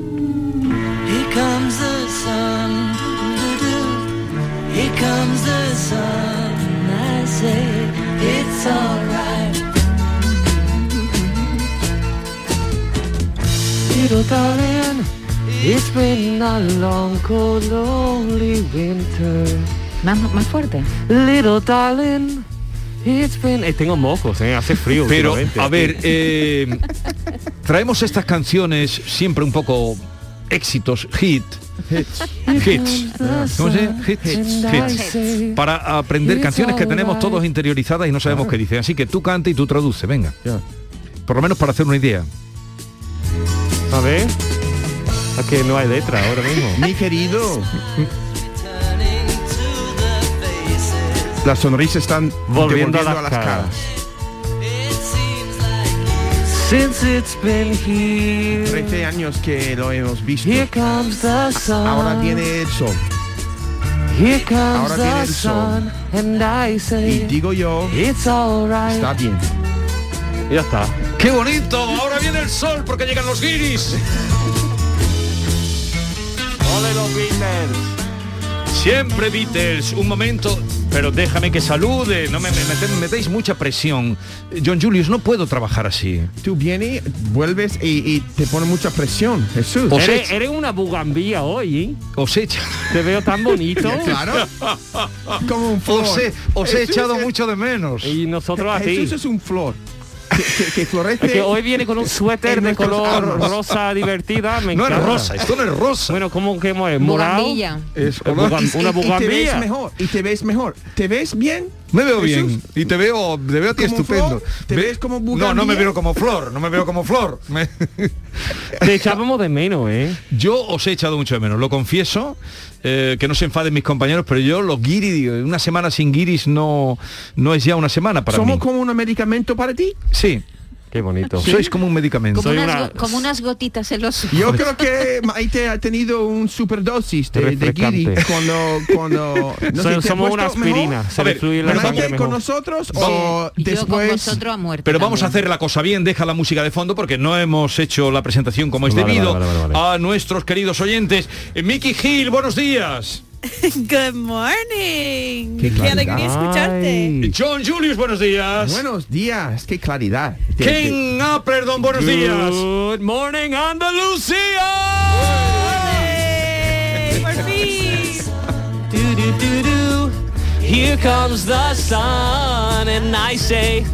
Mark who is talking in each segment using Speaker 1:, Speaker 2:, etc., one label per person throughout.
Speaker 1: Here comes the sun. doo-doo-doo. Here comes the sun. And I say it's alright.
Speaker 2: Little darling, it's been a long, cold, lonely winter. Más, más fuerte. Little darling, it's been... Eh, tengo mocos, eh, hace frío
Speaker 3: Pero,
Speaker 2: últimamente.
Speaker 3: a ver, eh, traemos estas canciones siempre un poco éxitos, hit. Hits. ¿Cómo se dice? Hits. Hits. Para aprender canciones que tenemos todos interiorizadas y no sabemos qué dicen. Así que tú canta y tú traduce, venga. Por lo menos para hacer una idea.
Speaker 2: A ver. Es que no hay letra ahora mismo.
Speaker 4: Mi querido.
Speaker 5: Las sonrisas están
Speaker 2: Volviendo
Speaker 5: volviendo,
Speaker 2: a las
Speaker 5: a las caras.
Speaker 2: Since it's been here.
Speaker 5: 13 años que lo hemos visto.
Speaker 2: Here comes the sun.
Speaker 5: Ahora tiene el sol.
Speaker 2: Here comes
Speaker 5: Ahora tiene
Speaker 2: the
Speaker 5: el sol.
Speaker 2: sun. And I
Speaker 5: Y
Speaker 2: say...
Speaker 5: digo yo,
Speaker 2: It's alright.
Speaker 5: está bien.
Speaker 2: Ya está.
Speaker 3: ¡Qué bonito! Ahora viene el sol porque llegan los guiris.
Speaker 2: Ole los Beatles.
Speaker 3: Siempre Beatles, un momento, pero déjame que salude, no me, me- me- me metéis mucha presión. John Julius, no puedo trabajar así.
Speaker 5: Tú vienes, vuelves y, y te pone mucha presión, Jesús.
Speaker 3: Os,
Speaker 2: Eres,
Speaker 3: echa-
Speaker 2: eres una bugambía hoy, ¿eh?
Speaker 3: os echa-
Speaker 2: Te veo tan bonito.
Speaker 5: Claro. Como un flor.
Speaker 3: os he, os he
Speaker 5: Jesús
Speaker 3: echado
Speaker 5: es-
Speaker 3: mucho de menos.
Speaker 2: Y nosotros a ti.
Speaker 5: Jesús es un flor. Que, que- que florece.
Speaker 2: Es que hoy viene con un suéter
Speaker 5: en
Speaker 2: de
Speaker 5: nuestros
Speaker 2: color
Speaker 5: armas.
Speaker 2: rosa divertida. Me
Speaker 3: No es
Speaker 2: encanta.
Speaker 3: rosa, esto no es rosa.
Speaker 2: Bueno, ¿cómo que hemos morado?
Speaker 6: Bugambilla.
Speaker 5: Es
Speaker 2: una
Speaker 5: color.
Speaker 2: bugan-
Speaker 5: Y-
Speaker 2: una
Speaker 5: y- y te ves
Speaker 2: bugambilla.
Speaker 5: mejor. Y te ves mejor. ¿Te ves bien?
Speaker 3: me veo
Speaker 5: Jesús,
Speaker 3: bien y te veo, te veo a ti
Speaker 5: ¿Como
Speaker 3: estupendo.
Speaker 5: flor? ¿Te
Speaker 3: Ve-
Speaker 5: ves como
Speaker 3: No, no me
Speaker 5: bugambilla?
Speaker 3: veo como flor, no me veo como flor. Me-
Speaker 2: Te echábamos de menos, ¿eh?
Speaker 3: Yo os he echado mucho de menos, lo confieso, eh, que no se enfaden mis compañeros, pero yo los guiris, digo, una semana sin guiris no, no es ya una semana para
Speaker 5: ¿Somos
Speaker 3: mí.
Speaker 5: como un medicamento para ti?
Speaker 3: Sí,
Speaker 2: Qué bonito.
Speaker 3: sois como un medicamento.
Speaker 6: Como
Speaker 2: Soy
Speaker 6: unas,
Speaker 2: una-
Speaker 6: go- como unas gotitas en los
Speaker 5: Yo creo que Maite ha tenido un superdosis de, de
Speaker 2: Refrescante.
Speaker 5: guiri cuando... cuando no sé,
Speaker 2: So-
Speaker 5: ¿te ha
Speaker 2: somos
Speaker 5: puesto
Speaker 2: una aspirina,
Speaker 5: mejor?
Speaker 2: se
Speaker 3: A
Speaker 2: le
Speaker 3: ver,
Speaker 2: fluye la
Speaker 5: ¿Maite
Speaker 2: sangre
Speaker 5: con
Speaker 2: mejor.
Speaker 5: nosotros o
Speaker 6: Y yo con
Speaker 5: después?
Speaker 6: vosotros a muerte.
Speaker 3: Pero vamos a
Speaker 6: también.
Speaker 3: hacer la cosa bien, deja la música de fondo porque no hemos hecho la presentación como es
Speaker 2: Vale,
Speaker 3: debido
Speaker 2: vale, vale,
Speaker 3: a nuestros queridos oyentes. Eh, Miki Gil, buenos días.
Speaker 7: Good morning.
Speaker 5: Qué
Speaker 7: Qué,
Speaker 5: claridad.
Speaker 7: alegría escucharte.
Speaker 2: Ay.
Speaker 3: John Julius, buenos días.
Speaker 5: Buenos días, qué claridad. Te- te-
Speaker 3: Ken ah, perdón, buenos días.
Speaker 2: Good morning, Andalucía.
Speaker 7: Hey, por fin.
Speaker 2: Do, do, do, do. Here comes the sun and I say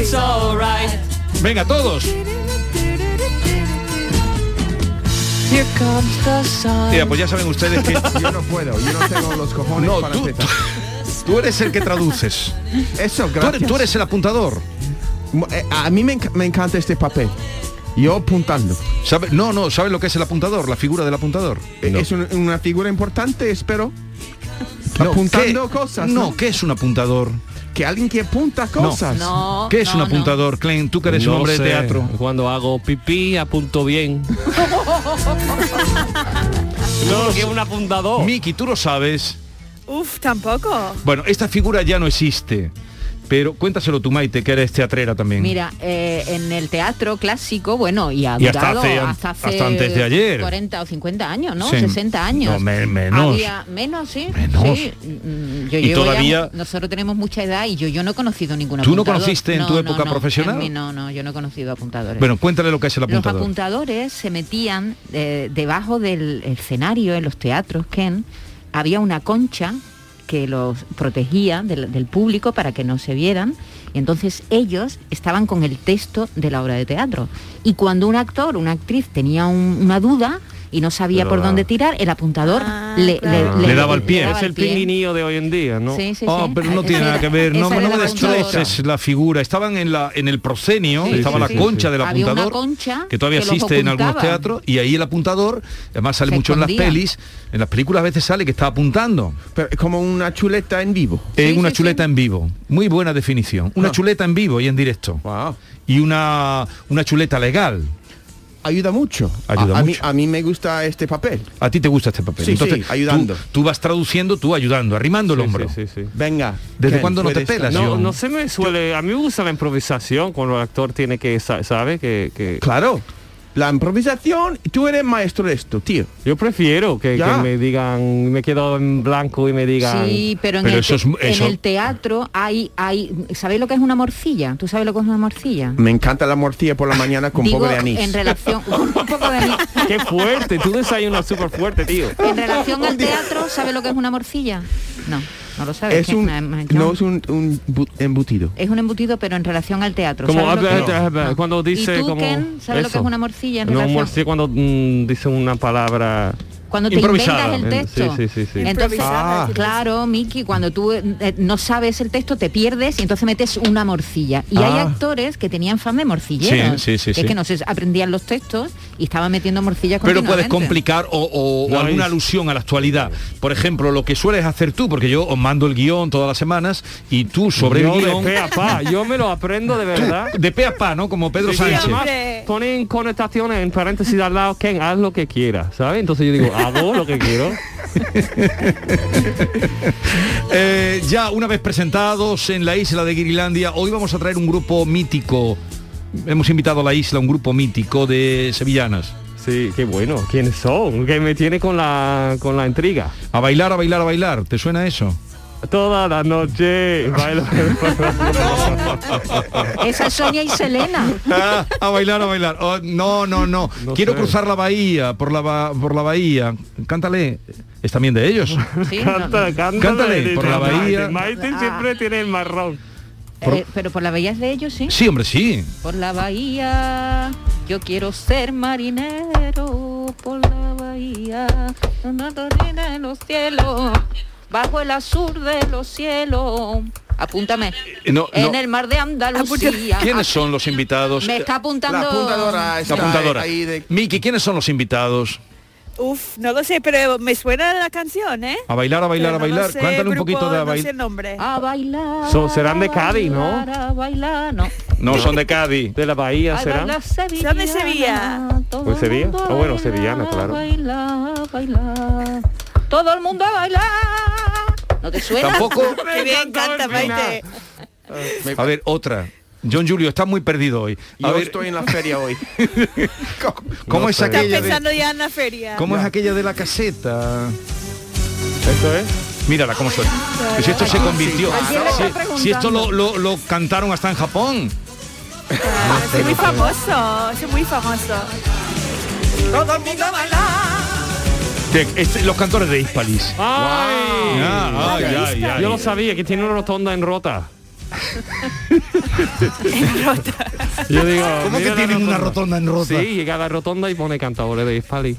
Speaker 2: it's alright.
Speaker 3: Venga, todos.
Speaker 2: Here comes the sun.
Speaker 3: Mira, pues ya saben ustedes que
Speaker 5: Yo no puedo, yo no tengo los cojones
Speaker 3: No,
Speaker 5: para
Speaker 3: tú,
Speaker 5: empezar.
Speaker 3: tú eres el que traduces.
Speaker 5: Eso,
Speaker 3: Tú
Speaker 5: gracias.
Speaker 3: eres, tú eres el apuntador.
Speaker 5: Mo- eh, A mí me, enc- me encanta este papel. Yo apuntando.
Speaker 3: ¿Sabe? No, no, ¿sabes lo que es el apuntador? La figura del apuntador.
Speaker 5: Eh, Es un- una figura importante, espero. apuntando
Speaker 3: ¿qué-
Speaker 5: cosas.
Speaker 3: No,
Speaker 5: No,
Speaker 3: ¿qué es un apuntador?
Speaker 5: Que alguien que apunta cosas.
Speaker 6: No,
Speaker 3: ¿Qué es
Speaker 6: no,
Speaker 3: un apuntador, Klein? Tú que eres
Speaker 2: No
Speaker 3: un hombre
Speaker 2: sé,
Speaker 3: de teatro.
Speaker 2: Cuando hago pipí apunto bien. no, que es un apuntador.
Speaker 3: Miki, tú lo sabes.
Speaker 7: Uf, tampoco.
Speaker 3: Bueno, esta figura ya no existe. Pero cuéntaselo tú, Maite, que eres teatrera
Speaker 6: no.
Speaker 3: también.
Speaker 6: Mira, eh, en el teatro clásico, bueno, y ha
Speaker 3: Y hasta
Speaker 6: durado
Speaker 3: hace-
Speaker 6: hasta, hace
Speaker 3: hasta antes de ayer.
Speaker 6: 40 o 50 años, ¿no?
Speaker 3: Sí.
Speaker 6: 60 años.
Speaker 3: No, me- menos.
Speaker 6: Había- menos, sí.
Speaker 3: Menos.
Speaker 6: sí. Mm, Yo
Speaker 3: Y
Speaker 6: llevo ya-
Speaker 3: todavía-
Speaker 6: nosotros tenemos mucha edad y yo, yo no he conocido ningún
Speaker 3: ¿Tú no
Speaker 6: apuntador.
Speaker 3: conociste en tu época
Speaker 6: no,
Speaker 3: profesional?
Speaker 6: en mí no, no, yo no he conocido apuntadores.
Speaker 3: Bueno, cuéntale lo que es el
Speaker 6: Los
Speaker 3: apuntador.
Speaker 6: apuntadores se metían eh, debajo del escenario en los teatros, Ken. Había una concha que los protegía del, del público para que no se vieran. Y entonces ellos estaban con el texto de la obra de teatro. Y cuando un actor, una actriz tenía un- una duda, y no sabía
Speaker 8: Pero
Speaker 6: por
Speaker 8: va.
Speaker 6: dónde tirar, el apuntador le,
Speaker 8: Ah.
Speaker 6: le-
Speaker 8: Le daba el pie.
Speaker 6: le daba
Speaker 8: Es el pingüinillo de hoy en día, ¿no?
Speaker 6: Sí, sí,
Speaker 3: Ah,
Speaker 6: sí.
Speaker 3: pero no
Speaker 6: Esa
Speaker 3: tiene
Speaker 6: era-
Speaker 3: nada que ver, no,
Speaker 6: esa
Speaker 3: no
Speaker 6: era
Speaker 3: me
Speaker 6: la concha.
Speaker 3: destroces la figura. Estaban en la en el proscenio,
Speaker 6: Sí,
Speaker 3: estaba
Speaker 6: sí,
Speaker 3: la
Speaker 6: sí,
Speaker 3: concha
Speaker 6: sí.
Speaker 3: del
Speaker 6: Había una
Speaker 3: apuntador,
Speaker 6: concha
Speaker 3: que todavía
Speaker 6: que los
Speaker 3: existe en algunos
Speaker 6: ocultaba.
Speaker 3: teatros, y ahí el apuntador, además sale
Speaker 6: Se
Speaker 3: mucho en las
Speaker 6: escondía.
Speaker 3: pelis, en las películas a veces sale que está apuntando.
Speaker 5: Pero es como una chuleta en vivo.
Speaker 3: en
Speaker 6: Sí,
Speaker 3: una
Speaker 6: sí,
Speaker 3: chuleta en vivo. Muy buena definición. Una
Speaker 5: Ah.
Speaker 3: chuleta en vivo y en directo.
Speaker 5: Wow.
Speaker 3: Y una, una chuleta legal.
Speaker 5: Ayuda mucho.
Speaker 3: Ayuda
Speaker 5: a, a mí-
Speaker 3: mucho.
Speaker 5: a mí me gusta este papel.
Speaker 3: A ti te gusta este papel.
Speaker 5: Sí, sí,
Speaker 3: tú-
Speaker 5: ayudando.
Speaker 3: Tú, vas traduciendo, tú ayudando, arrimando el
Speaker 8: Sí,
Speaker 3: hombro.
Speaker 8: sí, sí, sí.
Speaker 5: Venga.
Speaker 3: ¿Desde
Speaker 5: Ken,
Speaker 3: cuándo no te
Speaker 5: puedes-
Speaker 3: pelas?
Speaker 8: No,
Speaker 3: Yo-
Speaker 8: no se me suele. A mí me gusta la improvisación cuando el actor tiene que sa- sabe que, que-
Speaker 5: Claro. La improvisación, tú eres maestro de esto, tío.
Speaker 8: yo prefiero que,
Speaker 5: Ya.
Speaker 8: que me digan me quedo en blanco y me digan.
Speaker 6: Sí, pero en,
Speaker 3: Pero
Speaker 6: el,
Speaker 3: eso
Speaker 6: te-
Speaker 3: es- eso-
Speaker 6: en el teatro hay, hay, ¿sabéis lo que es una morcilla? ¿Tú sabes lo que es una morcilla?
Speaker 5: Me encanta la morcilla por la mañana con
Speaker 6: Digo,
Speaker 5: poco de anís.
Speaker 6: en relación, un poco de anís.
Speaker 8: Qué fuerte, tú desayunas súper fuerte, tío.
Speaker 6: En relación al teatro, ¿sabes lo que es una morcilla? No, no lo sabes.
Speaker 5: Es
Speaker 6: que
Speaker 5: un,
Speaker 6: me- me-
Speaker 5: no es un, un bu- embutido.
Speaker 6: Es un embutido, pero en relación al teatro.
Speaker 8: Como
Speaker 6: ¿sabes lo
Speaker 8: habla-
Speaker 6: que es?
Speaker 8: habla-
Speaker 6: No.
Speaker 8: cuando dice
Speaker 6: ¿Y tú,
Speaker 8: como
Speaker 6: Ken, sabes lo que
Speaker 8: eso.
Speaker 6: es una morcilla en
Speaker 8: No,
Speaker 6: relación?
Speaker 8: morcilla cuando mm, dice una palabra.
Speaker 6: Cuando te
Speaker 8: improvisada.
Speaker 6: inventas el texto.
Speaker 8: Sí, sí, Ah. sí, sí.
Speaker 6: Entonces, ah,
Speaker 7: Improvisada, sí.
Speaker 6: claro, Miki, cuando tú eh, no sabes el texto, te pierdes y entonces metes una morcilla. Y hay
Speaker 5: Ah.
Speaker 6: actores que tenían fan de morcilleros.
Speaker 3: Sí, sí, sí,
Speaker 6: Es
Speaker 3: sí.
Speaker 6: que no se aprendían los textos y estaban metiendo morcillas
Speaker 3: Pero puedes
Speaker 6: continuamente.
Speaker 3: complicar o, o- o
Speaker 8: No,
Speaker 3: alguna
Speaker 8: es-
Speaker 3: alusión a la actualidad. Por ejemplo, lo que sueles hacer tú, porque yo os mando el guión todas las semanas y tú sobre
Speaker 8: Yo
Speaker 3: el
Speaker 8: de
Speaker 3: guión...
Speaker 8: pe a pa, yo me lo aprendo de verdad.
Speaker 3: De pe a pa, ¿no? Como Pedro
Speaker 8: Sí, sí,
Speaker 3: Sánchez.
Speaker 8: además,
Speaker 7: Hombre.
Speaker 8: Ponen conectaciones en paréntesis al lado, Ken, haz lo que quieras, ¿sabes? Entonces yo digo, hago lo que quiero.
Speaker 3: Eh, ya una vez presentados en la isla de Guirilandia, hoy vamos a traer un grupo mítico. Hemos invitado a la isla un grupo mítico de sevillanas.
Speaker 8: Sí, qué bueno. ¿Quiénes son? Que me tiene con la, con la intriga.
Speaker 3: A bailar, a bailar, a bailar. ¿Te suena eso?
Speaker 8: Toda la noche bailo.
Speaker 6: Esa es Sonia y Selena.
Speaker 3: Ah, a bailar, a bailar. Oh, no, no, no.
Speaker 8: No
Speaker 3: Quiero
Speaker 8: sé.
Speaker 3: cruzar la bahía, por la, ba- por la bahía. Cántale. Es también de ellos.
Speaker 6: Sí, no, no.
Speaker 8: Canta, canta.
Speaker 3: Cántale, por la bahía.
Speaker 8: Maite
Speaker 6: Ah.
Speaker 8: siempre tiene el marrón.
Speaker 6: Eh, pero por la belleza de ellos, sí.
Speaker 3: Sí, hombre, sí.
Speaker 6: Por la bahía, yo quiero ser marinero. Por la bahía, una torreta en los cielos, bajo el azul de los cielos. Apúntame.
Speaker 3: Eh, no,
Speaker 6: en
Speaker 3: no.
Speaker 6: el mar de Andalucía.
Speaker 3: ¿Quiénes son los invitados?
Speaker 6: Me está
Speaker 5: La
Speaker 6: apuntando.
Speaker 5: apuntadora
Speaker 3: La
Speaker 5: está
Speaker 3: apuntadora.
Speaker 5: ahí de-
Speaker 3: Miki, ¿quiénes son los invitados?
Speaker 7: Uf, no lo sé, pero me suena la canción, ¿eh?
Speaker 3: A bailar, a bailar,
Speaker 7: Pero
Speaker 3: a
Speaker 7: no lo
Speaker 3: bailar.
Speaker 7: sé,
Speaker 3: Cántale un
Speaker 7: grupo,
Speaker 3: poquito de a
Speaker 7: no
Speaker 3: bailar.
Speaker 7: sé el nombre.
Speaker 6: A bailar.
Speaker 8: Son- serán de
Speaker 6: a
Speaker 8: Cádiz, ¿no?
Speaker 6: bailar, A bailar, no.
Speaker 3: No son de Cádiz.
Speaker 8: De la bahía
Speaker 6: A
Speaker 8: será.
Speaker 6: bailar
Speaker 7: Son de Sevilla.
Speaker 6: todo
Speaker 8: Pues
Speaker 6: el
Speaker 8: Sevilla.
Speaker 6: mundo a
Speaker 8: Ah, bueno,
Speaker 6: bailar,
Speaker 8: sevillana, claro.
Speaker 6: Bailar, bailar. Todo el mundo a bailar. ¿No te suena?
Speaker 3: Tampoco.
Speaker 7: Qué bien canta, Maite.
Speaker 3: A ver, otra. John Julio, estás muy perdido hoy. A
Speaker 5: Yo
Speaker 3: ver,
Speaker 5: estoy en la feria hoy.
Speaker 3: ¿cómo, es
Speaker 7: Estás
Speaker 3: aquella de,
Speaker 7: pensando ya en la feria.
Speaker 3: ¿cómo es aquella de la caseta?
Speaker 8: Eso es.
Speaker 3: Mírala cómo suena. Que Si esto se convirtió.
Speaker 6: Alguien le está
Speaker 3: Si, si esto lo, lo- lo cantaron hasta en Japón.
Speaker 7: Ah, soy muy famoso, soy muy famoso. Todo el mundo a bailar.
Speaker 3: De- este- los cantores de Hispalis.
Speaker 8: ¡Ay!
Speaker 3: Ah, ay, ay, ay.
Speaker 8: Yo lo sabía, que tiene una rotonda en rota. Yo digo,
Speaker 3: ¿Cómo que
Speaker 8: mira la
Speaker 3: tienen una rotonda en rota?
Speaker 8: Sí, llega a la rotonda y pone cantadores de Hispali.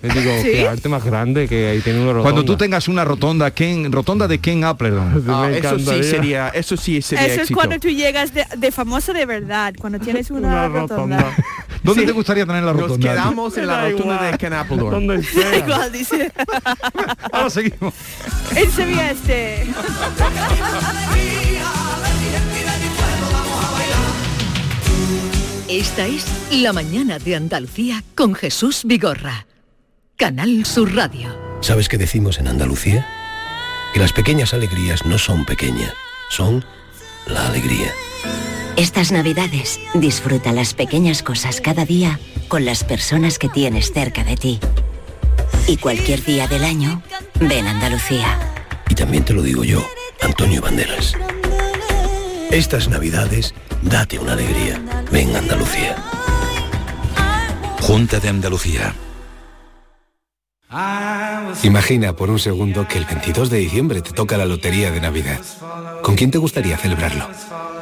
Speaker 8: Les digo,
Speaker 7: ¿Sí?
Speaker 8: qué arte más grande que ahí tiene una rotonda.
Speaker 3: Cuando tú tengas una rotonda, Ken, rotonda de Ken Appleton.
Speaker 8: Me
Speaker 5: Ah, eso sí
Speaker 8: encantaría.
Speaker 5: sería, eso sí sería
Speaker 7: Eso es
Speaker 5: éxito.
Speaker 7: cuando tú llegas de, de famoso de verdad, cuando tienes una,
Speaker 8: una
Speaker 7: rotonda.
Speaker 8: rotonda.
Speaker 3: ¿Dónde te gustaría tener la
Speaker 5: Nos
Speaker 3: rotonda?
Speaker 5: quedamos en la
Speaker 8: Da
Speaker 5: rotonda
Speaker 8: igual.
Speaker 5: de Canapolor.
Speaker 8: Donde sea.
Speaker 7: Igual dice,
Speaker 3: Ahora Ah, seguimos.
Speaker 7: él se veía este.
Speaker 9: Esta es La mañana de Andalucía con Jesús Vigorra. Canal Sur Radio.
Speaker 10: ¿Sabes qué decimos en Andalucía? Que las pequeñas alegrías no son pequeñas, son la alegría.
Speaker 4: Estas navidades, disfruta las pequeñas cosas cada día con las personas que tienes cerca de ti. Y cualquier día del año, ven a Andalucía.
Speaker 10: Y también te lo digo yo, Antonio Banderas. Estas navidades, date una alegría. Ven a Andalucía. Junta de Andalucía. Imagina por un segundo que el 22 de diciembre te toca la lotería de Navidad. ¿Con quién te gustaría celebrarlo?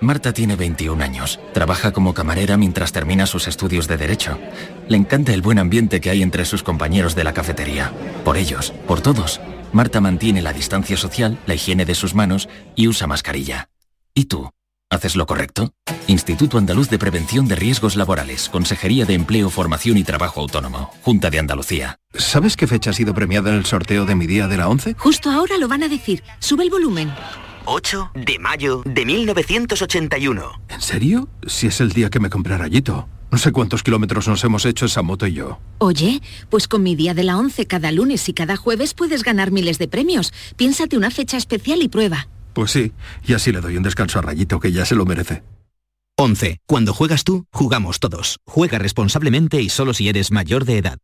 Speaker 11: Marta tiene 21 años. Trabaja como camarera mientras termina sus estudios de Derecho. Le encanta el buen ambiente que hay entre sus compañeros de la cafetería. Por ellos, por todos, Marta mantiene la distancia social, la higiene de sus manos y usa mascarilla. ¿Y tú? ¿Haces lo correcto? Instituto Andaluz de Prevención de Riesgos Laborales, Consejería de Empleo, Formación y Trabajo Autónomo, Junta de Andalucía.
Speaker 12: ¿Sabes qué fecha ha sido premiada en el sorteo de mi día de la 11?
Speaker 13: Justo ahora lo van a decir. Sube el volumen.
Speaker 14: 8 de mayo de 1981.
Speaker 12: ¿En serio? Si es el día que me compré rayito. No sé cuántos kilómetros nos hemos hecho esa moto y yo.
Speaker 13: Oye, pues con mi día de la 11 cada lunes y cada jueves puedes ganar miles de premios. Piénsate una fecha especial y prueba.
Speaker 12: Pues sí, y así le doy un descanso a Rayito que ya se lo merece.
Speaker 15: 11. Cuando juegas tú, jugamos todos. Juega responsablemente y solo si eres mayor de edad.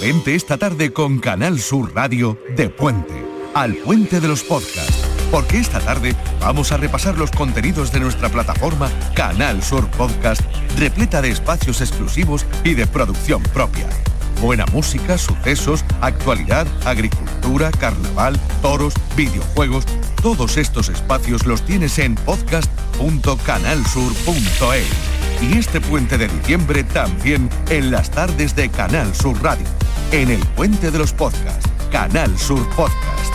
Speaker 16: Vente esta tarde con Canal Sur Radio de Puente, al Puente de los Podcasts. Porque esta tarde vamos a repasar los contenidos de nuestra plataforma Canal Sur Podcast, repleta de espacios exclusivos y de producción propia. Buena música, sucesos, actualidad, agricultura, carnaval, toros, videojuegos. Todos estos espacios los tienes en podcast.canalsur.es. e Y este puente de diciembre también en las tardes de Canal Sur Radio. En el puente de los podcasts, Canal Sur Podcast.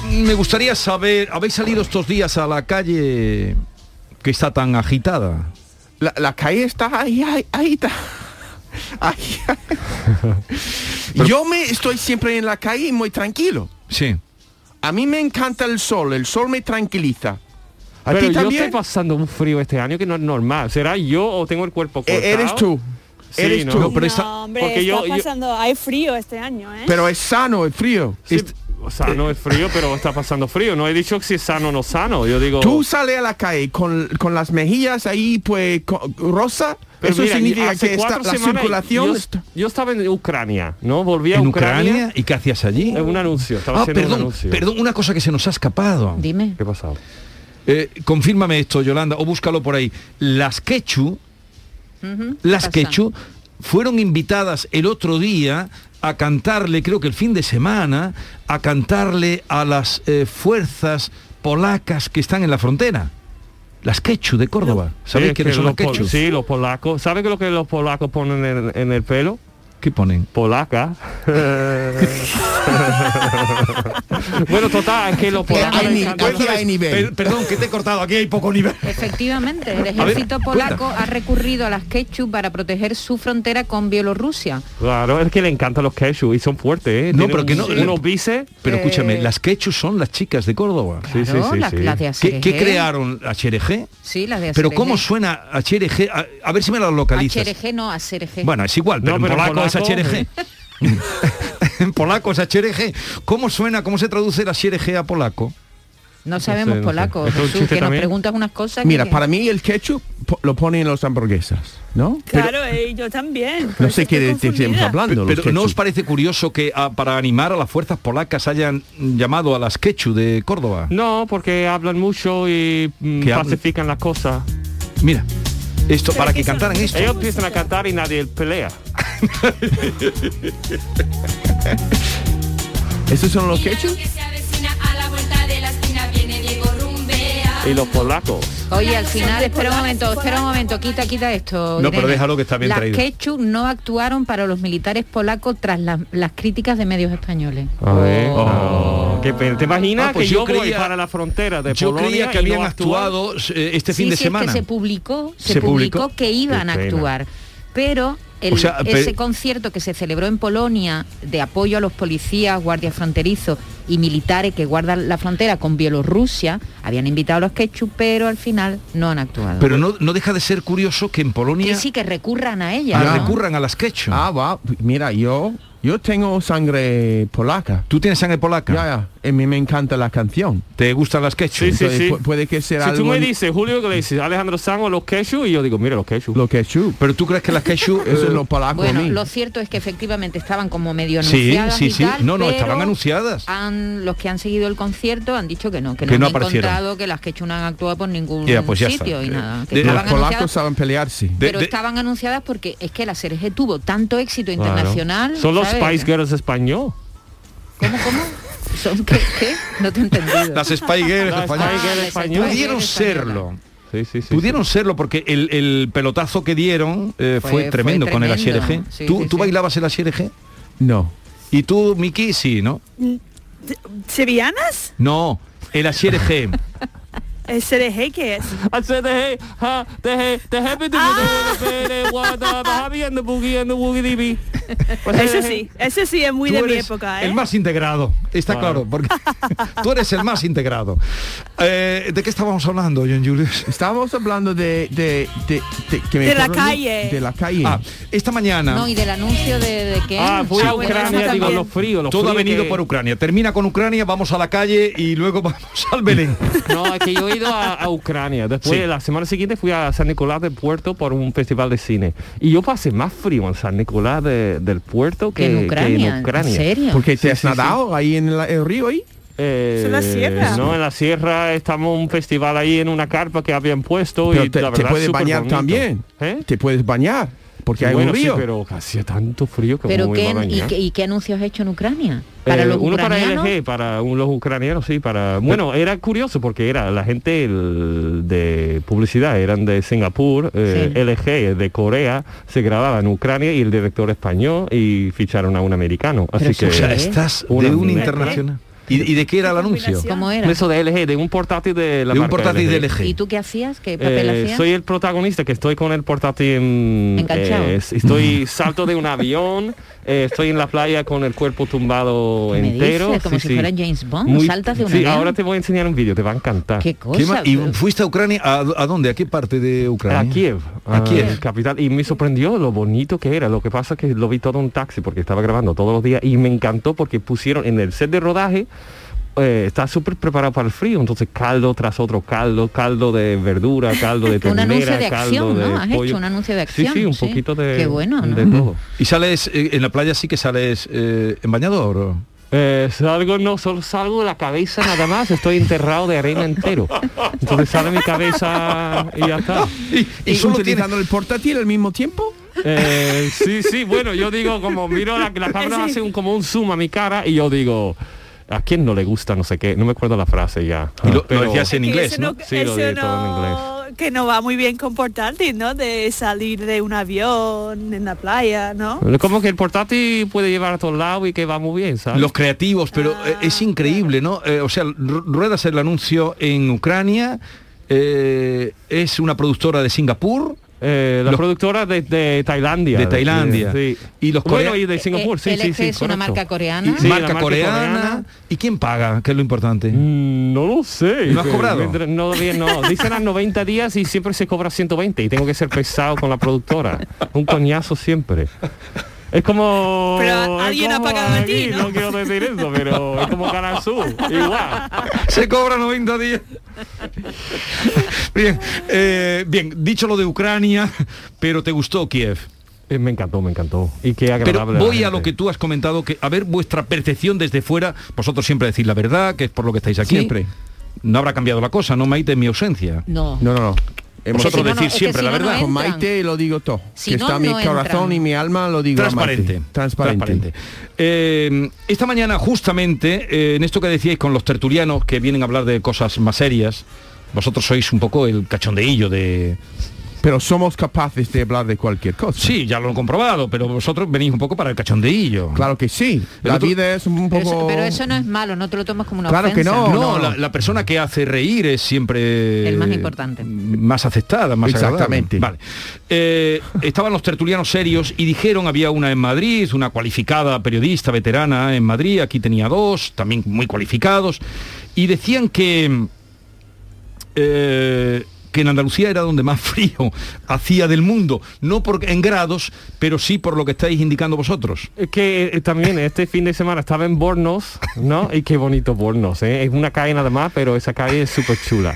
Speaker 3: me gustaría saber, ¿habéis salido estos días a la calle que está tan agitada?
Speaker 5: La, la calle está ahí, ahí, ahí está. Ahí, ahí. Yo me estoy siempre en la calle y muy tranquilo.
Speaker 3: Sí.
Speaker 5: A mí me encanta el sol, el sol me tranquiliza. ¿A
Speaker 8: Pero
Speaker 5: ti
Speaker 8: yo
Speaker 5: también?
Speaker 8: estoy pasando un frío este año que no es normal. ¿Será yo o tengo el cuerpo cortado?
Speaker 5: E- eres tú.
Speaker 8: Sí,
Speaker 5: Eres
Speaker 8: ¿no?
Speaker 5: tú.
Speaker 8: No, pero
Speaker 5: esa-
Speaker 7: No, hombre,
Speaker 8: porque yo-
Speaker 7: está
Speaker 8: yo-
Speaker 7: pasando... Hay frío este año, ¿eh?
Speaker 5: Pero es sano, es frío. Est-
Speaker 8: O sea, no es frío, pero está pasando frío. No he dicho si es sano o no sano. Yo digo...
Speaker 5: Tú sales a la calle con, con las mejillas ahí, pues, co- rosa.
Speaker 8: Pero
Speaker 5: Eso
Speaker 8: mira,
Speaker 5: significa
Speaker 8: hace
Speaker 5: que está,
Speaker 8: cuatro
Speaker 5: la
Speaker 8: semanas
Speaker 5: circulación...
Speaker 8: Yo,
Speaker 5: está-
Speaker 8: yo estaba en Ucrania, ¿no? Volví a
Speaker 3: ¿En
Speaker 8: Ucrania.
Speaker 3: Ucrania? ¿Y qué hacías allí?
Speaker 8: Es un anuncio. Estaba
Speaker 3: Ah,
Speaker 8: haciendo un
Speaker 3: perdón,
Speaker 8: anuncio.
Speaker 3: perdón, una cosa que se nos ha escapado.
Speaker 6: Dime.
Speaker 8: ¿Qué ha pasado?
Speaker 3: Eh, confírmame esto, Yolanda, o búscalo por ahí. Las quechu,
Speaker 6: Ujú,
Speaker 3: las
Speaker 6: pasa.
Speaker 3: quechu, fueron invitadas el otro día a cantarle, creo que el fin de semana, a cantarle a las eh, fuerzas polacas que están en la frontera. Las quechu de Córdoba. ¿Sabéis
Speaker 8: Sí,
Speaker 3: quiénes
Speaker 8: que
Speaker 3: son las
Speaker 8: los pol-
Speaker 3: quechu?
Speaker 8: Sí, los polacos. ¿Saben qué es lo que los polacos ponen en, en el pelo?
Speaker 3: ¿Qué ponen?
Speaker 8: Polaca. bueno, total, es que los polacos...
Speaker 5: hay
Speaker 8: les
Speaker 5: ni-
Speaker 8: encantan-
Speaker 5: aquí hay nivel.
Speaker 3: Per- perdón, que te he cortado, aquí hay poco nivel.
Speaker 6: Efectivamente, el
Speaker 3: A ver,
Speaker 6: ejército polaco ha recurrido a las quechus para proteger su frontera con Bielorrusia.
Speaker 8: Claro, es que le encantan los quechus y son fuertes, ¿eh?
Speaker 3: No,
Speaker 8: Tienen
Speaker 3: pero que no.
Speaker 8: un- Unos bices...
Speaker 3: Pero escúchame,
Speaker 6: Eh.
Speaker 3: las quechus son las chicas de Córdoba.
Speaker 8: Sí, sí,
Speaker 6: Claro, sí, las- sí. las de
Speaker 3: ¿Qué,
Speaker 6: Aserejé.
Speaker 3: qué crearon? ¿A Chereje?
Speaker 6: Sí, las de
Speaker 3: Pero
Speaker 6: Azerbaijan.
Speaker 3: ¿cómo suena a Chereje? A, a ver si me la localizas.
Speaker 6: HRG no, HRG.
Speaker 3: Bueno, es igual, pero,
Speaker 8: No, pero
Speaker 3: en
Speaker 8: en
Speaker 3: polaco, es
Speaker 8: polaco,
Speaker 3: HRG. en polaco es HRG. ¿Cómo suena, cómo se traduce la HRG a polaco?
Speaker 6: no sabemos
Speaker 3: sé, no sé.
Speaker 6: polaco,
Speaker 3: ¿Esto es un
Speaker 6: Jesús,
Speaker 3: chiste
Speaker 6: que nos
Speaker 3: también?
Speaker 6: preguntas unas cosas. que
Speaker 5: Mira,
Speaker 6: ya-
Speaker 5: para mí el ketchup po- lo ponen en las hamburguesas, ¿no? Pero-
Speaker 7: Claro, eh, yo también.
Speaker 5: no sé qué de qué estamos hablando.
Speaker 3: Pero,
Speaker 5: los
Speaker 3: ¿no os
Speaker 5: ketchup.
Speaker 3: parece curioso que ah, para animar a las fuerzas polacas hayan llamado a las quechu de Córdoba?
Speaker 8: No, porque hablan mucho y mm,
Speaker 3: Que hablan-
Speaker 8: pacifican las cosas.
Speaker 3: Mira, esto para que cantaran esto.
Speaker 8: Ellos empiezan a cantar y nadie pelea.
Speaker 5: ¿Estos son los ketchup?
Speaker 8: Y los polacos.
Speaker 6: Oye, al final, espera un momento, espera un momento, quita, quita esto.
Speaker 3: No, pero
Speaker 6: Irene.
Speaker 3: déjalo que está bien
Speaker 6: las
Speaker 3: traído.
Speaker 6: quechus no actuaron para los militares polacos tras la- las críticas de medios españoles.
Speaker 8: A ver. Oh, qué pena. ¿Te imaginas
Speaker 3: Oh. Ah, pues
Speaker 8: que
Speaker 3: yo
Speaker 8: yo, voy
Speaker 3: creía-
Speaker 8: para la frontera de
Speaker 3: Yo
Speaker 8: Polonia
Speaker 3: creía que
Speaker 8: y no
Speaker 3: habían
Speaker 8: actúan?
Speaker 3: actuado eh, este fin
Speaker 6: sí,
Speaker 3: de
Speaker 6: sí,
Speaker 3: semana.
Speaker 6: Es que se publicó, se,
Speaker 3: ¿Se publicó?
Speaker 6: publicó? que iban a
Speaker 3: Qué pena.
Speaker 6: actuar. Pero el-
Speaker 3: O sea, pe-
Speaker 6: ese concierto que se celebró en Polonia de apoyo a los policías, guardias fronterizos y militares que guardan la frontera con Bielorrusia habían invitado a los quechus, pero al final no han actuado.
Speaker 3: Pero no, no deja de ser curioso que en Polonia
Speaker 6: Que sí que recurran a
Speaker 8: Ah,
Speaker 6: ella. ¿no?
Speaker 3: Ah, recurran a las quechua.
Speaker 5: Ah, va. Mira, yo, yo tengo sangre polaca.
Speaker 3: ¿Tú tienes sangre polaca?
Speaker 5: Ya, ya. A mí me encanta la canción.
Speaker 3: ¿Te gustan las quechua?
Speaker 8: Sí, sí,
Speaker 5: Entonces,
Speaker 8: sí.
Speaker 5: pu- puede que sea
Speaker 8: si tú
Speaker 5: algo-
Speaker 8: me dices, Julio, que le dices Alejandro Sanz o los quechus, y yo digo, mira, los quechus.
Speaker 5: Los quechus.
Speaker 3: Pero tú crees que las quechus...
Speaker 5: Eso es lo polaco
Speaker 6: Bueno, lo cierto es que efectivamente estaban como medio
Speaker 3: Sí,
Speaker 6: anunciadas
Speaker 3: sí,
Speaker 6: y
Speaker 3: sí.
Speaker 6: tal,
Speaker 3: No, no,
Speaker 6: pero
Speaker 3: estaban anunciadas.
Speaker 6: han- los que han seguido el concierto han dicho que no, que no,
Speaker 3: Que no
Speaker 6: han
Speaker 3: aparecieron.
Speaker 6: encontrado que las quechua no han actuado por ningún
Speaker 3: Ya, pues ya está.
Speaker 6: sitio y nada. que
Speaker 5: De- los
Speaker 6: estaban
Speaker 5: polacos
Speaker 6: anunciadas,
Speaker 5: saben pelearse.
Speaker 6: pero estaban anunciadas porque es que la Serge tuvo tanto éxito internacional.
Speaker 8: Son los
Speaker 6: ¿sabes?
Speaker 8: Spice Girls español.
Speaker 6: ¿Son qué, qué? No te he entendido.
Speaker 3: Las Spy Girls
Speaker 8: Las
Speaker 3: españolas.
Speaker 8: Spy Girls españolas.
Speaker 3: Pudieron
Speaker 8: Spy Girls
Speaker 3: serlo. Pudieron serlo porque el, el pelotazo que dieron eh,
Speaker 8: Fue-
Speaker 3: fue,
Speaker 8: fue
Speaker 3: tremendo, con el
Speaker 8: tremendo.
Speaker 3: HRG.
Speaker 8: Sí,
Speaker 3: ¿Tú,
Speaker 8: sí,
Speaker 3: tú
Speaker 8: sí.
Speaker 3: bailabas el HRG?
Speaker 5: No.
Speaker 3: ¿Y tú, Miki? Sí, ¿no?
Speaker 7: ¿Sevillanas?
Speaker 3: No, el HRG.
Speaker 7: ¿El CDG qué es?
Speaker 8: I said the hey, ha, the hey, the happy to ah. the the the happy and the boogie and the woogie dee
Speaker 7: Eso sí, eso sí es muy
Speaker 3: Tú
Speaker 7: de mi
Speaker 3: eres
Speaker 7: época,
Speaker 3: El
Speaker 7: ¿eh?
Speaker 3: más integrado, está claro, porque tú eres el más integrado. Eh, ¿De qué estábamos hablando, John Julius?
Speaker 5: Estábamos hablando de... de, de, de, que me
Speaker 6: De la
Speaker 5: acuerdo yo-
Speaker 6: calle.
Speaker 5: De la calle.
Speaker 3: Ah, esta mañana...
Speaker 6: No, y del anuncio de, de que... Ah, bueno, eso también.
Speaker 8: fríos, los
Speaker 3: Todo ha
Speaker 8: fríos
Speaker 3: venido
Speaker 8: que-
Speaker 3: por Ucrania. Termina con Ucrania, vamos a la calle y luego vamos al Belén.
Speaker 8: No, es que yo he ido a, a Ucrania. Después,
Speaker 3: Sí.
Speaker 8: la semana siguiente fui a San Nicolás del Puerto por un festival de cine. Y yo pasé más frío en San Nicolás de- del Puerto que,
Speaker 7: Que en
Speaker 8: que
Speaker 7: Ucrania, ¿en
Speaker 8: Ucrania.
Speaker 7: serio?
Speaker 5: Porque te has nadado ahí en la- el río ahí.
Speaker 8: Eh,
Speaker 5: en la sierra.
Speaker 8: No, en la sierra estamos en un festival ahí en una carpa que habían puesto
Speaker 5: Pero
Speaker 8: y
Speaker 5: te,
Speaker 8: la
Speaker 5: te
Speaker 8: verdad,
Speaker 5: puedes
Speaker 8: súper
Speaker 5: bañar
Speaker 8: bonito.
Speaker 5: también. Te puedes bañar. Porque hay
Speaker 8: Bueno,
Speaker 5: un
Speaker 8: sí,
Speaker 5: río.
Speaker 8: pero hacía tanto frío que
Speaker 6: Pero
Speaker 8: me
Speaker 6: ¿qué,
Speaker 8: iba a
Speaker 6: y,
Speaker 8: bañar.
Speaker 6: qué, y qué anuncios has hecho en Ucrania? Para
Speaker 8: Eh,
Speaker 6: los
Speaker 8: uno para
Speaker 6: ucranianos.
Speaker 8: LG, para un- los ucranianos, sí, para... Bueno, era curioso porque era la gente el- de publicidad, eran de Singapur, eh,
Speaker 6: Sí.
Speaker 8: LG de Corea, se grababa en Ucrania y el director español y ficharon a un americano.
Speaker 3: Pero
Speaker 8: Así que...
Speaker 3: o sea, estás
Speaker 8: Una
Speaker 3: de un
Speaker 8: mierda.
Speaker 3: internacional. ¿Y, y de qué era el anuncio?
Speaker 6: ¿Cómo era?
Speaker 8: Eso de LG, de un portátil de la
Speaker 3: De un
Speaker 8: marca
Speaker 3: portátil de LG.
Speaker 6: ¿Y tú qué hacías? ¿Qué papel
Speaker 8: Eh,
Speaker 6: hacías?
Speaker 8: soy el protagonista que estoy con el portátil en-
Speaker 6: Enganchado.
Speaker 8: eh, estoy salto de un avión eh, estoy en la playa con el cuerpo tumbado
Speaker 6: ¿Qué me
Speaker 8: entero
Speaker 6: dices? Como
Speaker 8: sí,
Speaker 6: si
Speaker 8: sí.
Speaker 6: fuera James Bond,
Speaker 8: Muy-
Speaker 6: Ah, saltas de un
Speaker 8: sí,
Speaker 6: avión.
Speaker 8: ahora te voy a enseñar un vídeo te va a encantar
Speaker 6: Qué cosa,
Speaker 3: ma- ¿Y fuiste a Ucrania? ¿A, a dónde? ¿A qué parte de Ucrania?
Speaker 8: a Kiev,
Speaker 3: A Kiev.
Speaker 8: el capital, y me sorprendió lo bonito que era. Lo que pasa es que lo vi todo en taxi porque estaba grabando todos los días y me encantó porque pusieron en el set de rodaje eh, está súper preparado para el frío, entonces caldo tras otro caldo, caldo de verdura, caldo de
Speaker 6: un
Speaker 8: ternera,
Speaker 6: anuncio de acción,
Speaker 8: caldo de
Speaker 6: ¿no? Has
Speaker 8: pollo.
Speaker 6: hecho un anuncio de acción.
Speaker 8: Sí, sí, un poquito de,
Speaker 6: Qué bueno, ¿no?
Speaker 8: de todo.
Speaker 3: ¿Y sales eh, en la playa sí que sales eh, en bañador? o?
Speaker 8: Eh, salgo, no, solo salgo de la cabeza nada más, estoy enterrado de arena entero. Entonces sale mi cabeza y ya está.
Speaker 5: ¿Y, solo utilizando el portátil al mismo tiempo?
Speaker 8: Eh, sí, sí, bueno, yo digo, como miro la, la cámara
Speaker 5: Sí.
Speaker 8: hace un, como un zoom a mi cara y yo digo, ¿a quién no le gusta no sé qué? No me acuerdo la frase ya.
Speaker 3: Y lo- lo decías en Es que inglés, eso no- ¿no?
Speaker 8: Sí, lo
Speaker 7: eso
Speaker 8: dije todo en inglés.
Speaker 7: Que no va muy bien con portátil, ¿no? De salir de un avión en la playa, ¿no?
Speaker 8: Como que el portátil puede llevar a todos lados y que va muy bien, ¿sabes?
Speaker 3: Los creativos, pero
Speaker 6: Ah,
Speaker 3: eh, es increíble, ¿no? Eh, o sea, ru- ruedas el anuncio en Ucrania, eh, es una productora de Singapur.
Speaker 8: Eh, la productora de, Tailandia.
Speaker 3: De Tailandia.
Speaker 8: Sí.
Speaker 3: Y los
Speaker 8: Bueno,
Speaker 3: coreanos.
Speaker 8: y de Singapur, sí,
Speaker 6: LG
Speaker 8: sí, sí.
Speaker 6: Eh, es una
Speaker 8: correcto.
Speaker 6: marca coreana.
Speaker 8: Sí, la
Speaker 3: marca, coreana, ¿Y quién paga? Que es lo importante.
Speaker 8: Mm, No lo sé. Eh,
Speaker 3: ¿No has cobrado?
Speaker 8: Mientras- No, bien, no. Dicen a 90 días y siempre se cobra 120 y tengo que ser pesado con la productora. Un coñazo siempre. Es como...
Speaker 7: Pero
Speaker 8: Oh, es
Speaker 7: alguien ha
Speaker 8: como
Speaker 7: pagado a
Speaker 8: aquí,
Speaker 7: ti, ¿no?
Speaker 8: No quiero decir eso, pero es como Canal Sur. Igual.
Speaker 3: Se cobra 90 días. bien, eh, bien, dicho lo de Ucrania, pero te gustó Kiev.
Speaker 8: Eh, me encantó, me encantó. Y qué
Speaker 3: Pero
Speaker 8: agradable.
Speaker 3: voy a lo que tú has comentado, que a ver vuestra percepción desde fuera, vosotros siempre decís la verdad, que es por lo que estáis aquí.
Speaker 5: Siempre.
Speaker 3: No habrá cambiado la cosa, no Maite en mi ausencia.
Speaker 6: No.
Speaker 5: No, no, no.
Speaker 3: Vosotros decís siempre la verdad.
Speaker 5: Con Maite lo digo todo.
Speaker 3: Si
Speaker 5: que
Speaker 3: no,
Speaker 5: está
Speaker 3: no
Speaker 5: mi corazón
Speaker 3: entran.
Speaker 5: y mi alma lo digo a Maite.
Speaker 3: Transparente.
Speaker 5: Transparente.
Speaker 3: Transparente. Eh, esta mañana, justamente, eh, en esto que decíais con los tertulianos que vienen a hablar de cosas más serias, vosotros sois un poco el cachondeillo de,
Speaker 5: Pero somos capaces de hablar de cualquier cosa.
Speaker 3: Sí, ya lo he comprobado, pero vosotros venís un poco para el cachondeillo.
Speaker 5: Claro que sí.
Speaker 3: El
Speaker 5: La
Speaker 3: otro-
Speaker 5: vida es un
Speaker 6: Pero,
Speaker 5: poco...
Speaker 6: eso, pero eso no es malo, no te lo tomas como una
Speaker 3: que
Speaker 6: ofensa.
Speaker 3: no. No, la, la persona que hace reír es siempre
Speaker 6: El más importante.
Speaker 3: más aceptada, más
Speaker 5: Exactamente.
Speaker 3: agradable. Vale. Eh, estaban los tertulianos serios y dijeron, había una en Madrid, una cualificada periodista veterana en Madrid, aquí tenía dos, también muy cualificados, y decían que, eh, que en Andalucía era donde más frío hacía del mundo, no por, en grados, pero sí por lo que estáis indicando vosotros.
Speaker 8: Es que eh, también este fin de semana estaba en Bornos, ¿no? Y qué bonito Bornos, ¿eh? Es una calle nada más, pero esa calle es súper chula.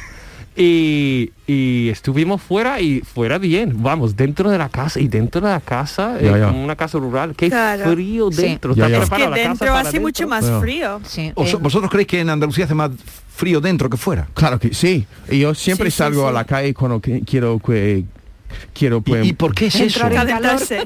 Speaker 8: Y, y estuvimos fuera y fuera bien, vamos, dentro de la casa y dentro de la casa,
Speaker 3: Ya,
Speaker 8: eh,
Speaker 3: ya.
Speaker 8: como una casa rural, qué
Speaker 7: Claro.
Speaker 8: frío
Speaker 7: Sí.
Speaker 8: dentro.
Speaker 3: Ya,
Speaker 8: está
Speaker 3: ya. Es
Speaker 7: Que
Speaker 8: preparada la casa
Speaker 7: dentro
Speaker 8: para
Speaker 7: hace mucho más
Speaker 3: Bueno.
Speaker 7: frío.
Speaker 3: ¿Os- ¿Vosotros creéis que en Andalucía hace más frío dentro que fuera?
Speaker 5: Eh, Claro que sí. Y yo siempre
Speaker 3: Sí, sí,
Speaker 5: salgo
Speaker 3: sí.
Speaker 5: a la calle cuando que- quiero que quiero pues,
Speaker 3: ¿Y por qué es eso?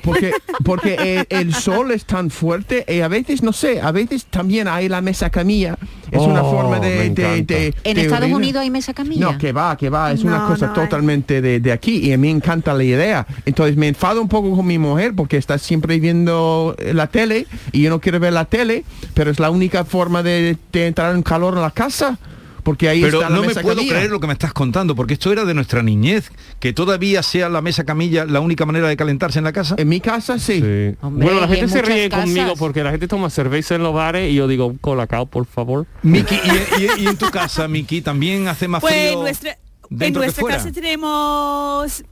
Speaker 5: Porque, porque eh, el, sol es tan fuerte y a veces, no sé, a veces también hay la mesa camilla. Es una
Speaker 8: Oh,
Speaker 5: forma de...
Speaker 8: me
Speaker 5: de-
Speaker 8: encanta.
Speaker 5: de-
Speaker 6: En
Speaker 5: de
Speaker 6: Estados
Speaker 5: unir-
Speaker 6: Unidos hay mesa camilla.
Speaker 5: No, que va, que va, es una
Speaker 6: No,
Speaker 5: cosa
Speaker 6: no hay.
Speaker 5: totalmente de, de aquí y me encanta la idea. Entonces me enfado un poco con mi mujer porque está siempre viendo eh, la tele y yo no quiero ver la tele, pero es la única forma de, de entrar en calor en la casa. Porque ahí
Speaker 3: Pero
Speaker 5: está la
Speaker 3: no me
Speaker 5: mesa
Speaker 3: puedo
Speaker 5: camilla.
Speaker 3: creer lo que me estás contando, porque esto era de nuestra niñez, que todavía sea la mesa camilla la única manera de calentarse en la casa.
Speaker 5: En mi casa sí.
Speaker 8: bueno, la gente se ríe
Speaker 3: casas.
Speaker 8: conmigo porque la gente toma cerveza en los bares y yo digo, colacao, por favor.
Speaker 3: Miki, y, y- y en tu casa, Miki, también hace más
Speaker 7: Pues en
Speaker 3: frío.
Speaker 7: nuestra, en
Speaker 3: dentro que
Speaker 7: nuestra
Speaker 3: fuera.
Speaker 7: casa tenemos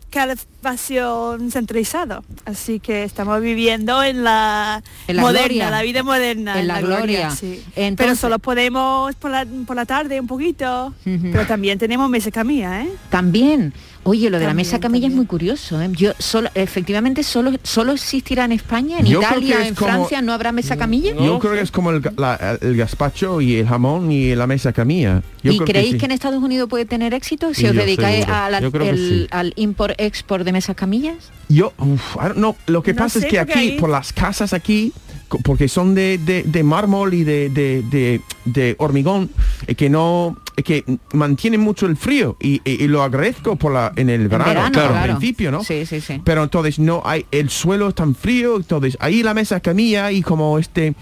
Speaker 7: calefacción centralizada, así que estamos viviendo en la,
Speaker 6: En la
Speaker 7: moderna,
Speaker 6: gloria.
Speaker 7: la vida moderna,
Speaker 6: En la gloria.
Speaker 7: sí.
Speaker 6: Entonces-
Speaker 7: pero solo podemos por la, por la tarde un poquito, pero también tenemos mesa camilla, ¿eh?
Speaker 6: También. Oye, lo de la
Speaker 7: También,
Speaker 6: mesa camilla es muy curioso. ¿eh? Yo solo, efectivamente, solo, solo existirá en España, en
Speaker 5: Yo creo que
Speaker 6: Italia,
Speaker 5: es
Speaker 6: en
Speaker 5: como-
Speaker 6: Francia, no habrá mesa camilla.
Speaker 5: Yo creo que es como el, ga- la- el gazpacho y el jamón y la mesa camilla. Yo
Speaker 6: ¿Y
Speaker 5: creo
Speaker 6: creéis que,
Speaker 5: sí.
Speaker 6: en Estados Unidos puede tener éxito si
Speaker 5: Y
Speaker 6: os
Speaker 5: yo
Speaker 6: dedicáis
Speaker 5: seguro.
Speaker 6: a la-
Speaker 5: Yo creo que
Speaker 6: el-
Speaker 5: sí.
Speaker 6: al import-export de mesas camillas?
Speaker 5: Yo, uf, I don't know. lo que
Speaker 6: No
Speaker 5: pasa
Speaker 6: sé,
Speaker 5: es que
Speaker 6: porque
Speaker 5: aquí,
Speaker 6: ahí-
Speaker 5: por las casas aquí, co- porque son de, de- de mármol y de, de- de- de hormigón, eh, que no, eh, que mantienen mucho el frío y, y- y lo agradezco por la, en el verano,
Speaker 6: verano,
Speaker 5: claro, al
Speaker 6: claro.
Speaker 5: principio, ¿no?
Speaker 6: Sí, sí, sí.
Speaker 5: Pero entonces no hay, el suelo es tan frío, entonces ahí la mesa camilla y como este...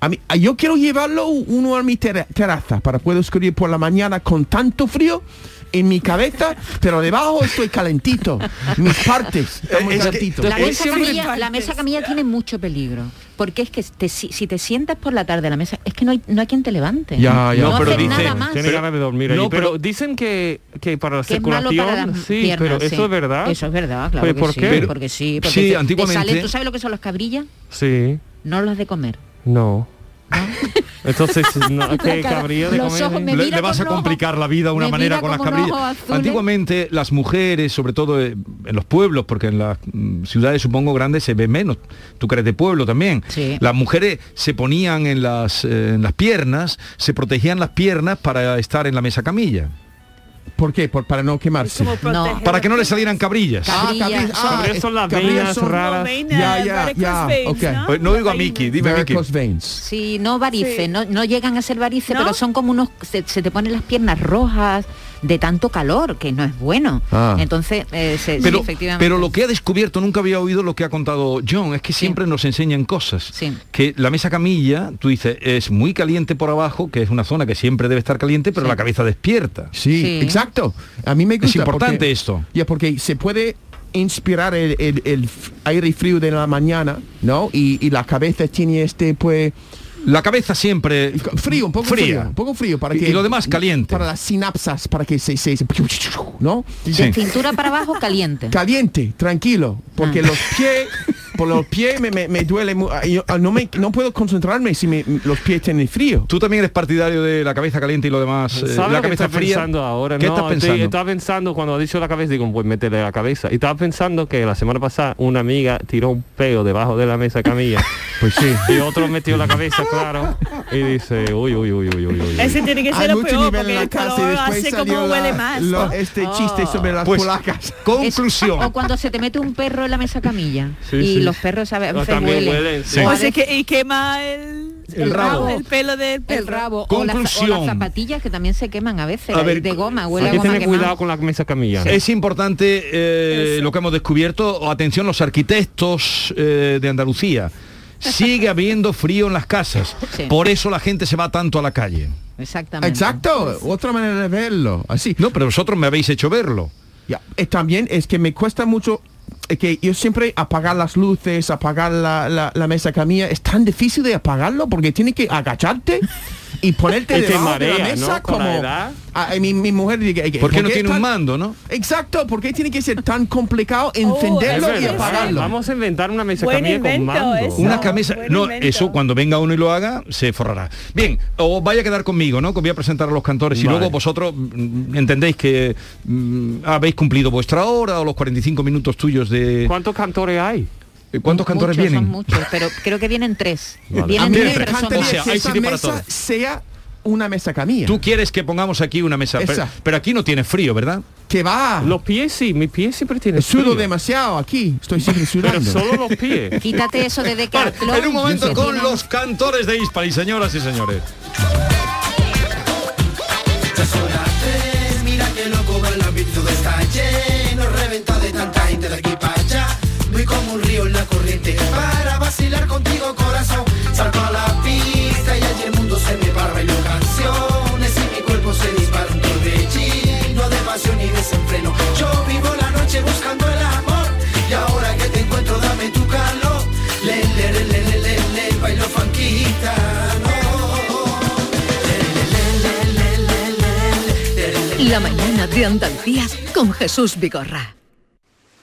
Speaker 5: A mí, a- yo quiero llevarlo uno a mi tera- terraza para poder escribir por la mañana con tanto frío en mi cabeza, pero debajo estoy calentito. Mis partes están muy
Speaker 3: Es que-
Speaker 5: calentitos.
Speaker 6: La mesa,
Speaker 3: siempre-
Speaker 6: camilla, la mesa camilla tiene mucho peligro. Porque es que te- si, si te sientas por la tarde en la mesa, es que no hay, no hay quien te levante. Eh, no haces nada más.
Speaker 8: Tiene ganas de dormir allí,
Speaker 3: No,
Speaker 8: pero,
Speaker 3: pero-
Speaker 8: dicen que, que para la
Speaker 6: Que es malo
Speaker 8: circulación...
Speaker 6: para las
Speaker 8: sí,
Speaker 6: piernas,
Speaker 8: pero
Speaker 6: sí.
Speaker 8: eso es verdad.
Speaker 6: Eso es verdad, claro
Speaker 8: Oye,
Speaker 6: que
Speaker 8: ¿por
Speaker 6: sí,
Speaker 8: qué?
Speaker 6: porque sí, porque
Speaker 8: Sí,
Speaker 6: te- te
Speaker 8: antiguamente-
Speaker 6: salen- ¿Tú sabes lo que son las cabrillas?
Speaker 8: Sí,
Speaker 6: No las de comer.
Speaker 8: no. Entonces, no,
Speaker 6: La
Speaker 8: ¿qué
Speaker 6: cara-
Speaker 8: cabría de
Speaker 6: los
Speaker 8: comer?
Speaker 6: ojos me
Speaker 3: Eh, Le,
Speaker 6: mira
Speaker 3: le vas
Speaker 6: con
Speaker 3: a complicar la vida de una
Speaker 6: me
Speaker 3: manera
Speaker 6: mira
Speaker 3: con las
Speaker 6: como unos ojos
Speaker 3: cabrillas.
Speaker 6: azules.
Speaker 3: Antiguamente las mujeres, sobre todo eh, en los pueblos, porque en las mm, ciudades supongo grandes se ve menos, tú crees de pueblo también,
Speaker 6: Sí.
Speaker 3: las mujeres se ponían en las, eh, en las piernas, se protegían las piernas para estar en la mesa camilla.
Speaker 5: ¿Por qué? Por- para no quemarse.
Speaker 6: No.
Speaker 3: Para que no le salieran cabrillas.
Speaker 6: Cabrillas.
Speaker 8: Cabrillas son las
Speaker 5: cabrillas
Speaker 8: veinas
Speaker 5: son-
Speaker 8: raras.
Speaker 5: Ya, ya, ya.
Speaker 6: veins,
Speaker 5: ok.
Speaker 6: ¿no?
Speaker 3: Eh, No digo a Miki, dime Miki.
Speaker 5: Varicose veins.
Speaker 6: Sí, no varices,
Speaker 7: Sí.
Speaker 6: no, no llegan a ser varices,
Speaker 7: ¿No?
Speaker 6: pero son como unos, se, se te ponen las piernas rojas de tanto calor, que no es bueno.
Speaker 3: Ah.
Speaker 6: Entonces, eh, se- sí,
Speaker 3: Pero,
Speaker 6: efectivamente.
Speaker 3: pero lo que ha descubierto, nunca había oído lo que ha contado John, es que siempre nos enseñan cosas. Que la mesa camilla, tú dices, es muy caliente por abajo, que es una zona que siempre debe estar caliente, pero la cabeza despierta.
Speaker 5: Sí, exacto. A mí me gusta
Speaker 3: Es importante
Speaker 5: porque-
Speaker 3: esto.
Speaker 5: Ya, porque se puede inspirar el, el- el f- aire frío de la mañana, ¿no? Y, y la cabeza tiene este, pues...
Speaker 3: La cabeza siempre...
Speaker 5: Frío, un poco frío.
Speaker 3: fría.
Speaker 5: un poco frío para
Speaker 3: Y-
Speaker 5: que...
Speaker 3: y lo demás caliente.
Speaker 5: Para las sinapsas, para que se... se, se- ¿No?
Speaker 6: De cintura para abajo, caliente.
Speaker 5: Caliente, tranquilo, porque
Speaker 6: Ah.
Speaker 5: los pies, por los pies me, me- me duele, mu- ah, yo, ah, no me, no puedo concentrarme si me- los pies tienen frío.
Speaker 3: Tú también eres partidario de la cabeza caliente y lo demás. eh,
Speaker 8: ¿Sabes
Speaker 3: la
Speaker 8: lo que
Speaker 3: cabeza
Speaker 8: estás
Speaker 3: fría.
Speaker 8: pensando ahora?
Speaker 3: ¿Qué
Speaker 8: No,
Speaker 3: estás
Speaker 8: estoy-
Speaker 3: pensando?
Speaker 8: estaba pensando cuando ha dicho la cabeza, digo, pues métele la cabeza. Y estaba pensando que la semana pasada una amiga tiró un peo debajo de la mesa camilla.
Speaker 5: pues sí.
Speaker 8: Y otro metió la cabeza, claro. Y dice, uy, uy, uy, uy, uy, uy.
Speaker 7: Ese tiene que ser
Speaker 5: Hay
Speaker 7: lo
Speaker 5: mucho
Speaker 7: peor
Speaker 5: nivel en
Speaker 7: porque
Speaker 5: la
Speaker 7: el
Speaker 5: casa y
Speaker 7: calor
Speaker 5: después
Speaker 7: hace
Speaker 5: salió
Speaker 7: como huele
Speaker 5: la-
Speaker 7: más.
Speaker 5: lo-
Speaker 7: ¿no?
Speaker 5: este chiste sobre las
Speaker 3: Pues,
Speaker 5: polacas.
Speaker 6: Oh. O
Speaker 3: Conclusión.
Speaker 6: cuando se te mete un perro en la mesa camilla
Speaker 3: Sí,
Speaker 6: y
Speaker 3: sí.
Speaker 6: los perros saben
Speaker 3: Ah,
Speaker 6: se
Speaker 3: también
Speaker 6: huelen.
Speaker 3: huelen, sí.
Speaker 6: O a
Speaker 7: O sea
Speaker 6: veces-
Speaker 7: que y quema el
Speaker 6: El rabo.
Speaker 17: El pelo del perro.
Speaker 6: El rabo o las, o las
Speaker 3: Conclusión.
Speaker 6: zapatillas que también se queman a veces,
Speaker 3: A
Speaker 6: la
Speaker 3: ver,
Speaker 6: de goma, huele a
Speaker 3: hay que
Speaker 6: goma
Speaker 3: tener
Speaker 6: quemada.
Speaker 3: cuidado
Speaker 8: con la mesa camilla.
Speaker 3: Es importante eh, lo que hemos descubierto. O, Atención, los arquitectos eh, de Andalucía. Sigue habiendo frío en las casas.
Speaker 6: Sí.
Speaker 3: Por eso la gente se va tanto a la calle.
Speaker 6: Exactamente.
Speaker 5: otra manera de verlo, así.
Speaker 3: No, pero vosotros me habéis hecho verlo.
Speaker 5: Ya, eh, también es que me cuesta mucho eh, que yo siempre apagar las luces, apagar la, la- la mesa camilla, es tan difícil de apagarlo porque tienes que agacharte y ponerte
Speaker 8: Y te
Speaker 5: debajo de la
Speaker 8: marea,
Speaker 5: mesa
Speaker 8: ¿no? Con la
Speaker 5: como
Speaker 8: edad.
Speaker 5: Ah, eh, mi, mi mujer dice que- que-
Speaker 3: ¿Por qué no tiene
Speaker 5: es
Speaker 3: un
Speaker 5: tan-
Speaker 3: mando, no?
Speaker 5: Exacto, ¿por qué tiene que ser tan
Speaker 6: Oh,
Speaker 5: complicado encenderlo y apagarlo?
Speaker 8: Vamos a inventar una mesa camilla con mando.
Speaker 3: Una camisa. No, eso cuando venga uno y lo haga, se forrará. Bien, os vaya a quedar conmigo, ¿no? Que os voy a presentar a los cantores y
Speaker 8: Vale.
Speaker 3: luego vosotros mm, entendéis que mm, habéis cumplido vuestra hora o los 45 minutos tuyos de. Eh,
Speaker 8: ¿Cuántos cantores hay?
Speaker 3: ¿Cuántos cantores
Speaker 6: Muchos,
Speaker 3: vienen?
Speaker 6: Son muchos, pero creo que vienen tres.
Speaker 3: Vale.
Speaker 6: Vienen
Speaker 3: También
Speaker 6: tres,
Speaker 3: tres.
Speaker 6: pero son
Speaker 3: Cantante
Speaker 6: muchos.
Speaker 5: Antes de
Speaker 3: sea, hay
Speaker 5: que esa
Speaker 3: sitio para
Speaker 5: mesa
Speaker 3: todo.
Speaker 5: sea una mesa camilla.
Speaker 3: Tú quieres que pongamos aquí una mesa, pero,
Speaker 5: Esa.
Speaker 3: pero aquí no tienes frío, ¿verdad?
Speaker 5: Que va.
Speaker 8: Los pies sí, mis pies siempre tienen
Speaker 5: Sudo
Speaker 8: frío.
Speaker 5: demasiado aquí, estoy siempre sudando.
Speaker 8: Pero solo los pies.
Speaker 6: Quítate eso de Decathlon.
Speaker 3: En un momento
Speaker 6: que
Speaker 3: con
Speaker 6: tienen-
Speaker 3: los cantores de Hispali, señoras y señores.
Speaker 18: Mira que loco va la virtud está lleno, reventado de tanta gente de aquí para allá. Voy como un río en la corriente para vacilar contigo corazón. Salto a la pista y allí el mundo se me barra y yo canciones y mi cuerpo se dispara un torbellino de pasión y desenfreno. Yo vivo la noche buscando el amor y ahora que te encuentro dame tu calor. Le, le, le, le, le, le, le, bailo fanquita.
Speaker 9: La mañana de Andalucía con Jesús Vigorra.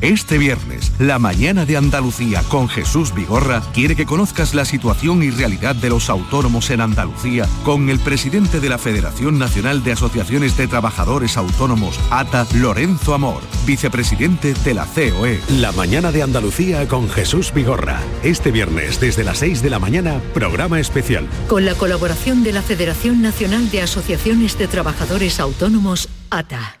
Speaker 16: Este viernes, la mañana de Andalucía con Jesús Vigorra quiere que conozcas la situación y realidad de los autónomos en Andalucía con el presidente de la Federación Nacional de Asociaciones de Trabajadores Autónomos, ATA, Lorenzo Amor, vicepresidente de la E. COE.
Speaker 19: La mañana de Andalucía con Jesús Vigorra. Este viernes desde las 6 de la mañana, programa especial.
Speaker 9: Con la colaboración de la Federación Nacional de Asociaciones de Trabajadores Autónomos, ATA.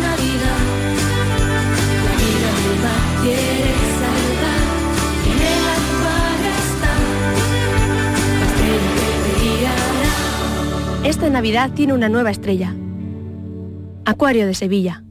Speaker 18: Navidad, la vida misma quiere salvar, en el alfajor está, pastel que te guiará.
Speaker 20: Esta Navidad tiene una nueva estrella. Acuario de Sevilla.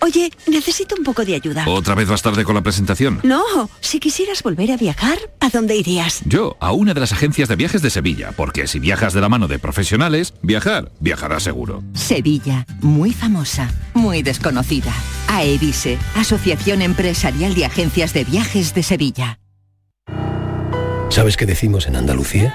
Speaker 21: Oye, necesito un poco de ayuda.
Speaker 22: ¿Otra vez vas tarde con la presentación?
Speaker 21: No, si quisieras volver a viajar, ¿a dónde irías?
Speaker 22: Yo, a una de las agencias de viajes de Sevilla, porque si viajas de la mano de profesionales, viajar, viajarás seguro.
Speaker 13: Sevilla, muy famosa, muy desconocida. AEVISE, Asociación Empresarial de Agencias de Viajes de Sevilla.
Speaker 10: ¿Sabes qué decimos en Andalucía?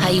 Speaker 23: Hay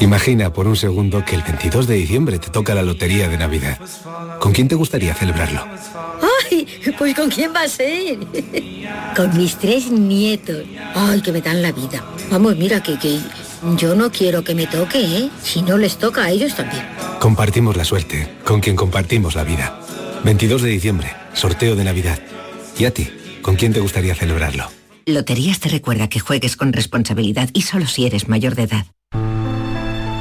Speaker 24: Imagina por un segundo que el 22 de diciembre te toca la lotería de Navidad. ¿Con quién te gustaría celebrarlo?
Speaker 4: ¡Ay! Pues ¿con quién va a ser? Con mis tres nietos. ¡Ay, que me dan la vida! Vamos, mira, que, que yo no quiero que me toque, ¿eh? Si no les toca a ellos también.
Speaker 24: Compartimos la suerte con quien compartimos la vida. 22 de diciembre, sorteo de Navidad. ¿Y a ti? ¿Con quién te gustaría celebrarlo?
Speaker 13: Loterías te recuerda que juegues con responsabilidad y solo si eres mayor de edad.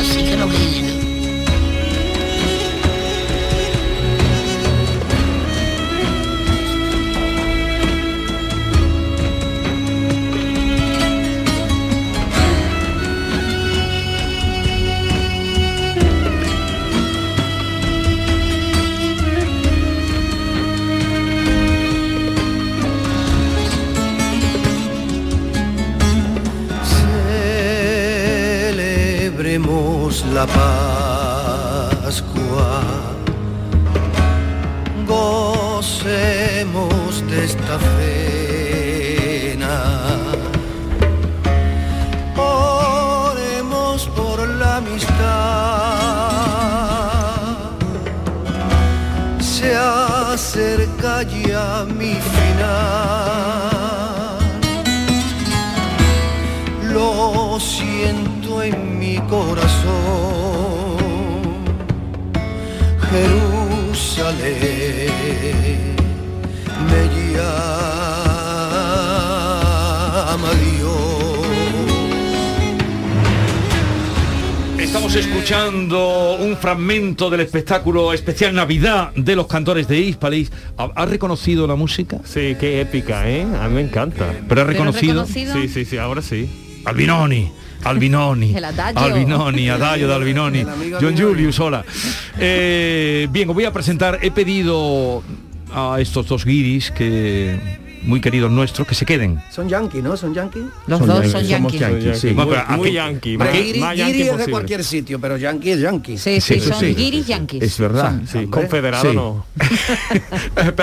Speaker 25: Así que no brillen.
Speaker 26: Celebremos la Pascua, gocemos de esta cena, oremos por la amistad, se acerca ya mi final. Lo siento en mi corazón, Jerusalén, me llama Dios.
Speaker 3: Estamos escuchando un fragmento del espectáculo especial Navidad de los cantores de Hispalis. ¿Ha- ¿Has reconocido la música?
Speaker 6: Sí, qué épica, ¿eh? A mí me encanta.
Speaker 3: Pero has reconocido. reconocido?
Speaker 6: Sí, sí, sí, ahora sí.
Speaker 3: Albinoni. Albinoni,
Speaker 6: El adagio.
Speaker 3: Albinoni, Adagio de Albinoni,
Speaker 6: El amigo
Speaker 3: John
Speaker 6: Albinoni.
Speaker 3: Julius, hola. Eh, bien, os voy a presentar, he pedido a estos dos guiris que muy queridos nuestros que se queden.
Speaker 2: Son yanquis, ¿no? Son yanquis.
Speaker 3: Los Son dos yanquis, son somos yanquis. yanquis, sí. Muy- muy yanqui, más-
Speaker 2: Giri,
Speaker 3: más
Speaker 2: giri
Speaker 3: yanqui
Speaker 2: es de
Speaker 3: posible.
Speaker 2: cualquier sitio, pero yanqui es yanqui.
Speaker 6: Sí, sí, son guiris yanquis.
Speaker 3: Es verdad.
Speaker 2: Son, hombre. Sí.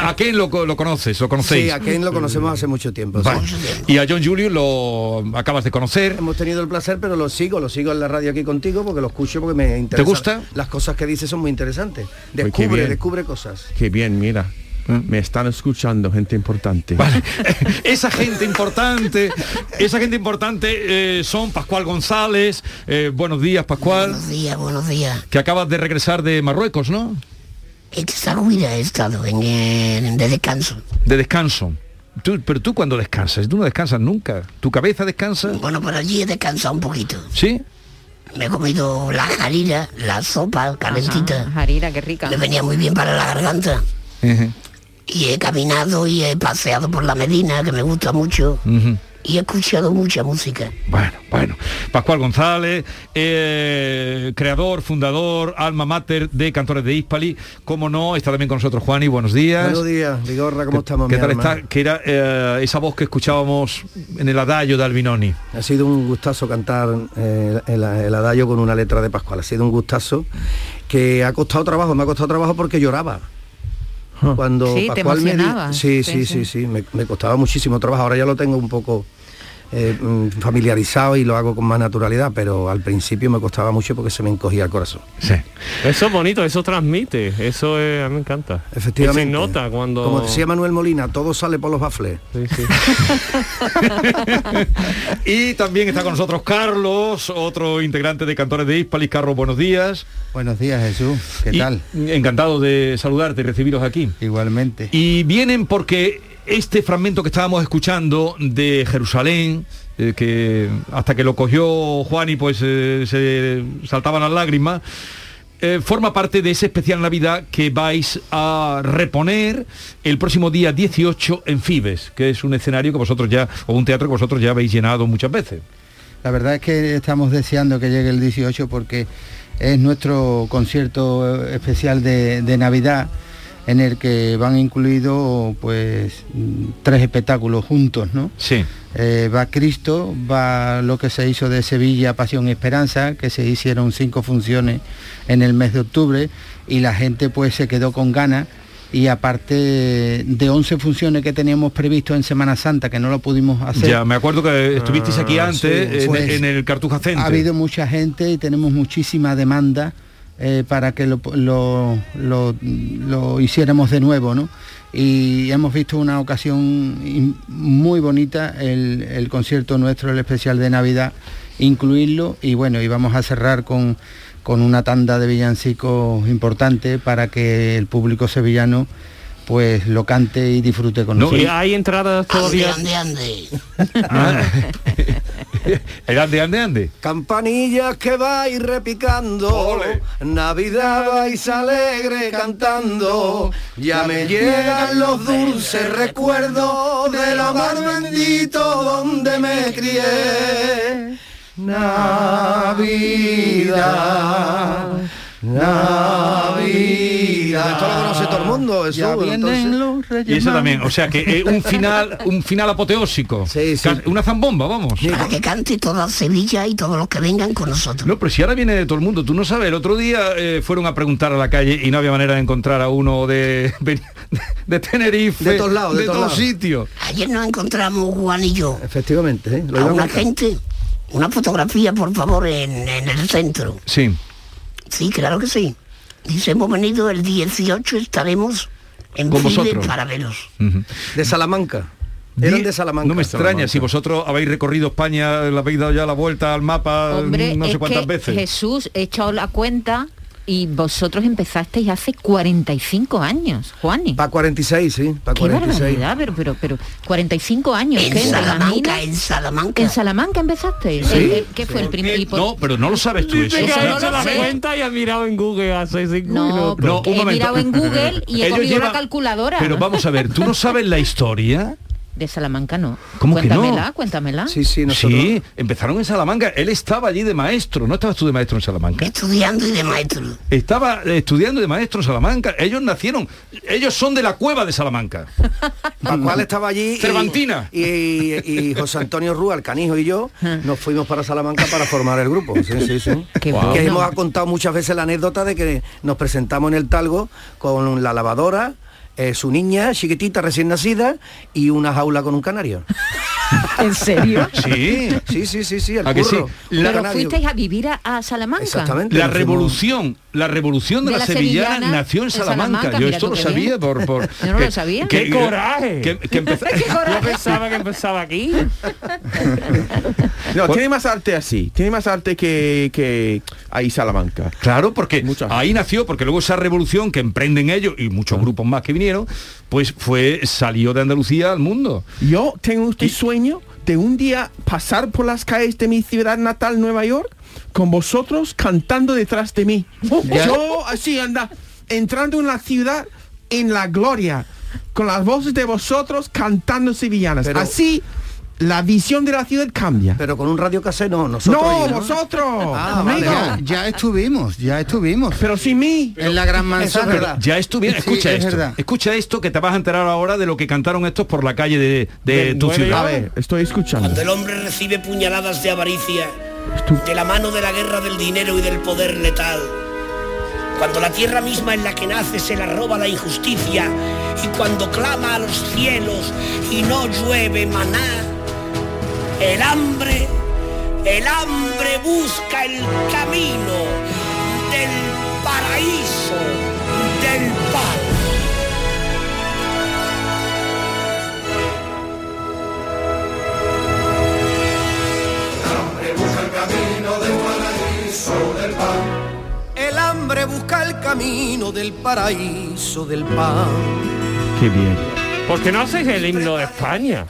Speaker 3: ¿A quién lo, co- lo conoces? ¿Lo conocéis?
Speaker 2: Sí, a Ken lo conocemos hace mucho tiempo. sí.
Speaker 3: Vale. Y a John Julio lo acabas de conocer.
Speaker 2: Hemos tenido el placer, pero lo sigo, lo sigo en la radio aquí contigo porque lo escucho porque me interesa.
Speaker 5: gusta?
Speaker 2: Las cosas que dices son muy interesantes.
Speaker 3: Pues
Speaker 5: qué
Speaker 2: Descubre,
Speaker 5: bien.
Speaker 2: descubre cosas.
Speaker 5: Qué bien, mira.
Speaker 8: Ah.
Speaker 5: Me están escuchando, gente importante.
Speaker 3: Esa gente importante, esa gente importante eh, son Pascual González. Eh, buenos días, Pascual. Buenos
Speaker 25: días, buenos días.
Speaker 3: Que acabas de regresar de Marruecos, ¿no?
Speaker 25: Esta huida he estado en, en- de descanso.
Speaker 3: De descanso. Tú- pero tú cuando descansas, tú no descansas nunca. ¿Tu cabeza descansa?
Speaker 25: Bueno, por allí he descansado un poquito.
Speaker 3: ¿Sí?
Speaker 25: Me he comido la jarira, la sopa calentita.
Speaker 6: Jarira, qué rica.
Speaker 25: Me venía muy bien para la garganta. Y he caminado y he paseado por la Medina, que me gusta mucho.
Speaker 3: Ujú.
Speaker 25: Y he escuchado mucha música.
Speaker 3: Pascual González, eh, creador, fundador, alma mater de Cantores de Hispali. Como no, está también con nosotros Juan y buenos días.
Speaker 2: Buenos días, Vigorra, ¿cómo estamos?
Speaker 3: ¿Qué
Speaker 2: mi
Speaker 3: tal
Speaker 2: alma?
Speaker 3: está? Que era eh, esa voz que escuchábamos en el adagio de Albinoni.
Speaker 2: Ha sido un gustazo cantar eh, el, el adagio con una letra de Pascual. Ha sido un gustazo que ha costado trabajo, me ha costado trabajo porque lloraba. Cuando
Speaker 6: Sí, te
Speaker 2: Pascual me di-
Speaker 6: emocionaba.
Speaker 2: sí,
Speaker 6: Sí,
Speaker 2: sí,
Speaker 6: sí.
Speaker 2: sí, sí, me, me costaba muchísimo trabajo. Ahora ya lo tengo un poco eh, mm, familiarizado y lo hago con más naturalidad, pero al principio me costaba mucho porque se me encogía el corazón.
Speaker 6: Eso es bonito, eso transmite, eso es- a mí me encanta.
Speaker 2: Efectivamente.
Speaker 6: Y Se nota cuando...
Speaker 2: Como decía Manuel Molina, todo sale por los bafles.
Speaker 3: Y también está con nosotros Carlos, otro integrante de Cantores de Hispali. Carlos, buenos días.
Speaker 27: Buenos días, Jesús. ¿Qué
Speaker 3: Y
Speaker 27: tal?
Speaker 3: Encantado de saludarte y recibiros aquí.
Speaker 27: Igualmente.
Speaker 3: Y vienen porque este fragmento que estábamos escuchando de Jerusalén, eh, que hasta que lo cogió Juan y pues eh, se saltaban las lágrimas, eh, forma parte de ese especial Navidad que vais a reponer el próximo día 18 en Fibes, que es un escenario que vosotros ya, o un teatro que vosotros ya habéis llenado muchas veces.
Speaker 27: La verdad es que estamos deseando que llegue el 18 porque es nuestro concierto eh, especial de, de Navidad en el que van incluidos pues mm, tres espectáculos juntos, ¿no?
Speaker 3: Sí.
Speaker 27: Eh, va Cristo, va lo que se hizo de Sevilla Pasión y Esperanza, que se hicieron cinco funciones en el mes de octubre y la gente pues se quedó con ganas y aparte de 11 funciones que teníamos previsto en Semana Santa que no lo pudimos hacer.
Speaker 3: Ya, me acuerdo que estuvisteis aquí
Speaker 27: Ah,
Speaker 3: antes,
Speaker 27: sí,
Speaker 3: en,
Speaker 27: pues,
Speaker 3: en el Cartuja Center.
Speaker 27: Ha habido mucha gente y tenemos muchísima demanda eh, para que lo, lo- lo- lo hiciéramos de nuevo, ¿no? Y hemos visto una ocasión in- muy bonita, el, el concierto nuestro, el especial de Navidad, incluirlo y bueno, y vamos a cerrar con, con una tanda de villancicos importante para que el público sevillano pues lo cante y disfrute con
Speaker 6: Y
Speaker 27: nosotros.
Speaker 6: hay entradas todavía...
Speaker 25: Ande, ande,
Speaker 3: El ande, ande, ande.
Speaker 2: Campanillas que vais repicando, Navidad vais alegre cantando, ya me llegan los dulces recuerdos del hogar bendito donde me crié. Navidad, Navidad. Esto lo conoce todo el mundo, eso.
Speaker 27: Ya vienen
Speaker 2: entonces.
Speaker 27: los Reyes
Speaker 3: Y eso
Speaker 27: Magos.
Speaker 3: también, o sea que eh, un final, un final apoteósico. Ca- Una zambomba, vamos.
Speaker 25: Para que cante toda Sevilla y todos los que vengan con nosotros.
Speaker 3: No, pero si ahora viene de todo el mundo, tú no sabes, el otro día eh, fueron a preguntar a la calle y no había manera de encontrar a uno de, de, Tenerife,
Speaker 2: De todos lados, de todos lados.
Speaker 3: sitios.
Speaker 25: Ayer nos encontramos Juan y yo.
Speaker 2: Efectivamente, ¿eh? Lo
Speaker 25: a
Speaker 2: iba a
Speaker 25: una
Speaker 2: contar.
Speaker 25: gente. Una fotografía, por favor, en, en el centro.
Speaker 3: Sí.
Speaker 25: Sí, claro que sí. Dice, hemos venido el 18, estaremos en
Speaker 3: Con
Speaker 25: Fides
Speaker 3: vosotros.
Speaker 25: para veros.
Speaker 2: De Salamanca. Eran de Salamanca.
Speaker 3: No me extraña si vosotros habéis recorrido España, le habéis dado ya la vuelta al mapa mm,
Speaker 6: Hombre,
Speaker 3: no
Speaker 6: es
Speaker 3: sé cuántas
Speaker 6: que
Speaker 3: veces.
Speaker 6: Jesús, he echado la cuenta y vosotros empezasteis hace 45 años, Juani.
Speaker 2: Para 46, sí, para
Speaker 6: Qué
Speaker 2: 46.
Speaker 6: barbaridad, pero, pero, pero 45 años.
Speaker 2: En
Speaker 6: ¿qué?
Speaker 2: Salamanca,
Speaker 6: en Salamanca. En Salamanca empezasteis.
Speaker 3: Sí.
Speaker 6: Eh, eh, ¿Qué fue el primer? y por-
Speaker 3: No, pero no lo sabes tú eso.
Speaker 6: Dice que
Speaker 3: eso
Speaker 6: ha
Speaker 3: no
Speaker 6: hecho
Speaker 3: lo
Speaker 6: la
Speaker 3: sé.
Speaker 6: cuenta
Speaker 8: y ha mirado en Google hace cinco
Speaker 6: minutos.
Speaker 3: No, un
Speaker 6: he
Speaker 3: momento.
Speaker 6: mirado en Google y he
Speaker 3: Ellos
Speaker 6: cogido
Speaker 3: llevan-
Speaker 6: la calculadora.
Speaker 3: Pero vamos a ver, ¿tú no sabes la historia?
Speaker 6: De Salamanca no.
Speaker 3: ¿Cómo que no?
Speaker 6: cuéntamela, cuéntamela.
Speaker 3: Ah. Sí, empezaron en Salamanca. Él estaba allí de maestro. ¿No estabas tú de maestro en Salamanca?
Speaker 28: Estudiando y de maestro.
Speaker 3: Estaba eh, estudiando de maestro en Salamanca. Ellos nacieron. Ellos son de la cueva de Salamanca.
Speaker 2: Pascual estaba allí. y-
Speaker 3: Cervantina.
Speaker 2: Y, y José Antonio Rúa, el canijo y yo nos fuimos para Salamanca para formar el grupo. Sí, sí, sí.
Speaker 6: Qué
Speaker 2: que
Speaker 6: bueno.
Speaker 2: hemos contado muchas veces la anécdota de que nos presentamos en el talgo con la lavadora. eh, su niña chiquitita recién nacida y una jaula con un canario.
Speaker 6: ¿En serio?
Speaker 3: Sí.
Speaker 2: sí, sí, sí, sí. el
Speaker 3: ¿A que sí?
Speaker 2: curro, un
Speaker 6: Pero
Speaker 2: canario.
Speaker 6: fuisteis a vivir a, a Salamanca.
Speaker 2: Exactamente.
Speaker 3: La revolución, la revolución de, la, sevillana, nació en Salamanca. Yo
Speaker 6: mira
Speaker 3: esto
Speaker 6: tú
Speaker 3: lo
Speaker 6: qué
Speaker 3: sabía
Speaker 6: bien.
Speaker 3: por, por
Speaker 6: Yo no lo sabía.
Speaker 3: que-
Speaker 6: ¡Qué coraje!
Speaker 3: que- que empezó-
Speaker 8: Yo pensaba que empezaba aquí.
Speaker 5: No, tiene más arte así. Tiene más arte que, que ahí Salamanca.
Speaker 3: Claro, porque ahí nació, porque luego esa revolución que emprenden ellos y muchos
Speaker 2: Ah.
Speaker 3: grupos más que vinieron, pues fue salió de Andalucía al mundo.
Speaker 5: Yo tengo este sueño de un día pasar por las calles de mi ciudad natal, Nueva York, con vosotros cantando detrás de mí.
Speaker 3: Ya.
Speaker 5: Yo así anda, entrando en la ciudad en la gloria, con las voces de vosotros cantando sevillanas.
Speaker 2: Pero-
Speaker 5: así la visión de la ciudad cambia.
Speaker 2: Pero con un radio casero, no, nosotros.
Speaker 5: No,
Speaker 2: allí,
Speaker 5: vosotros.
Speaker 2: Ah, vale,
Speaker 5: Amigo.
Speaker 2: vale.
Speaker 27: Ya estuvimos, ya estuvimos.
Speaker 5: Pero sin mí.
Speaker 27: En la gran manzana.
Speaker 3: Pero ya estuviera,
Speaker 27: Sí,
Speaker 3: escucha
Speaker 27: es
Speaker 3: esto,
Speaker 27: verdad.
Speaker 3: escucha esto que te vas a enterar ahora de lo que cantaron estos por la calle de, de
Speaker 5: Del
Speaker 3: tu
Speaker 5: Nueva
Speaker 3: ciudad.
Speaker 5: York. A ver, estoy escuchando.
Speaker 29: Cuando el hombre recibe puñaladas de avaricia, de la mano de la guerra del dinero y del poder letal. Cuando la tierra misma en la que nace se la roba la injusticia y cuando clama a los cielos y no llueve maná, el hambre, el hambre busca el camino del paraíso, del palo.
Speaker 25: El hambre busca el camino del paraíso del pan.
Speaker 5: Qué bien.
Speaker 8: ¿Por qué no hacéis el himno de España?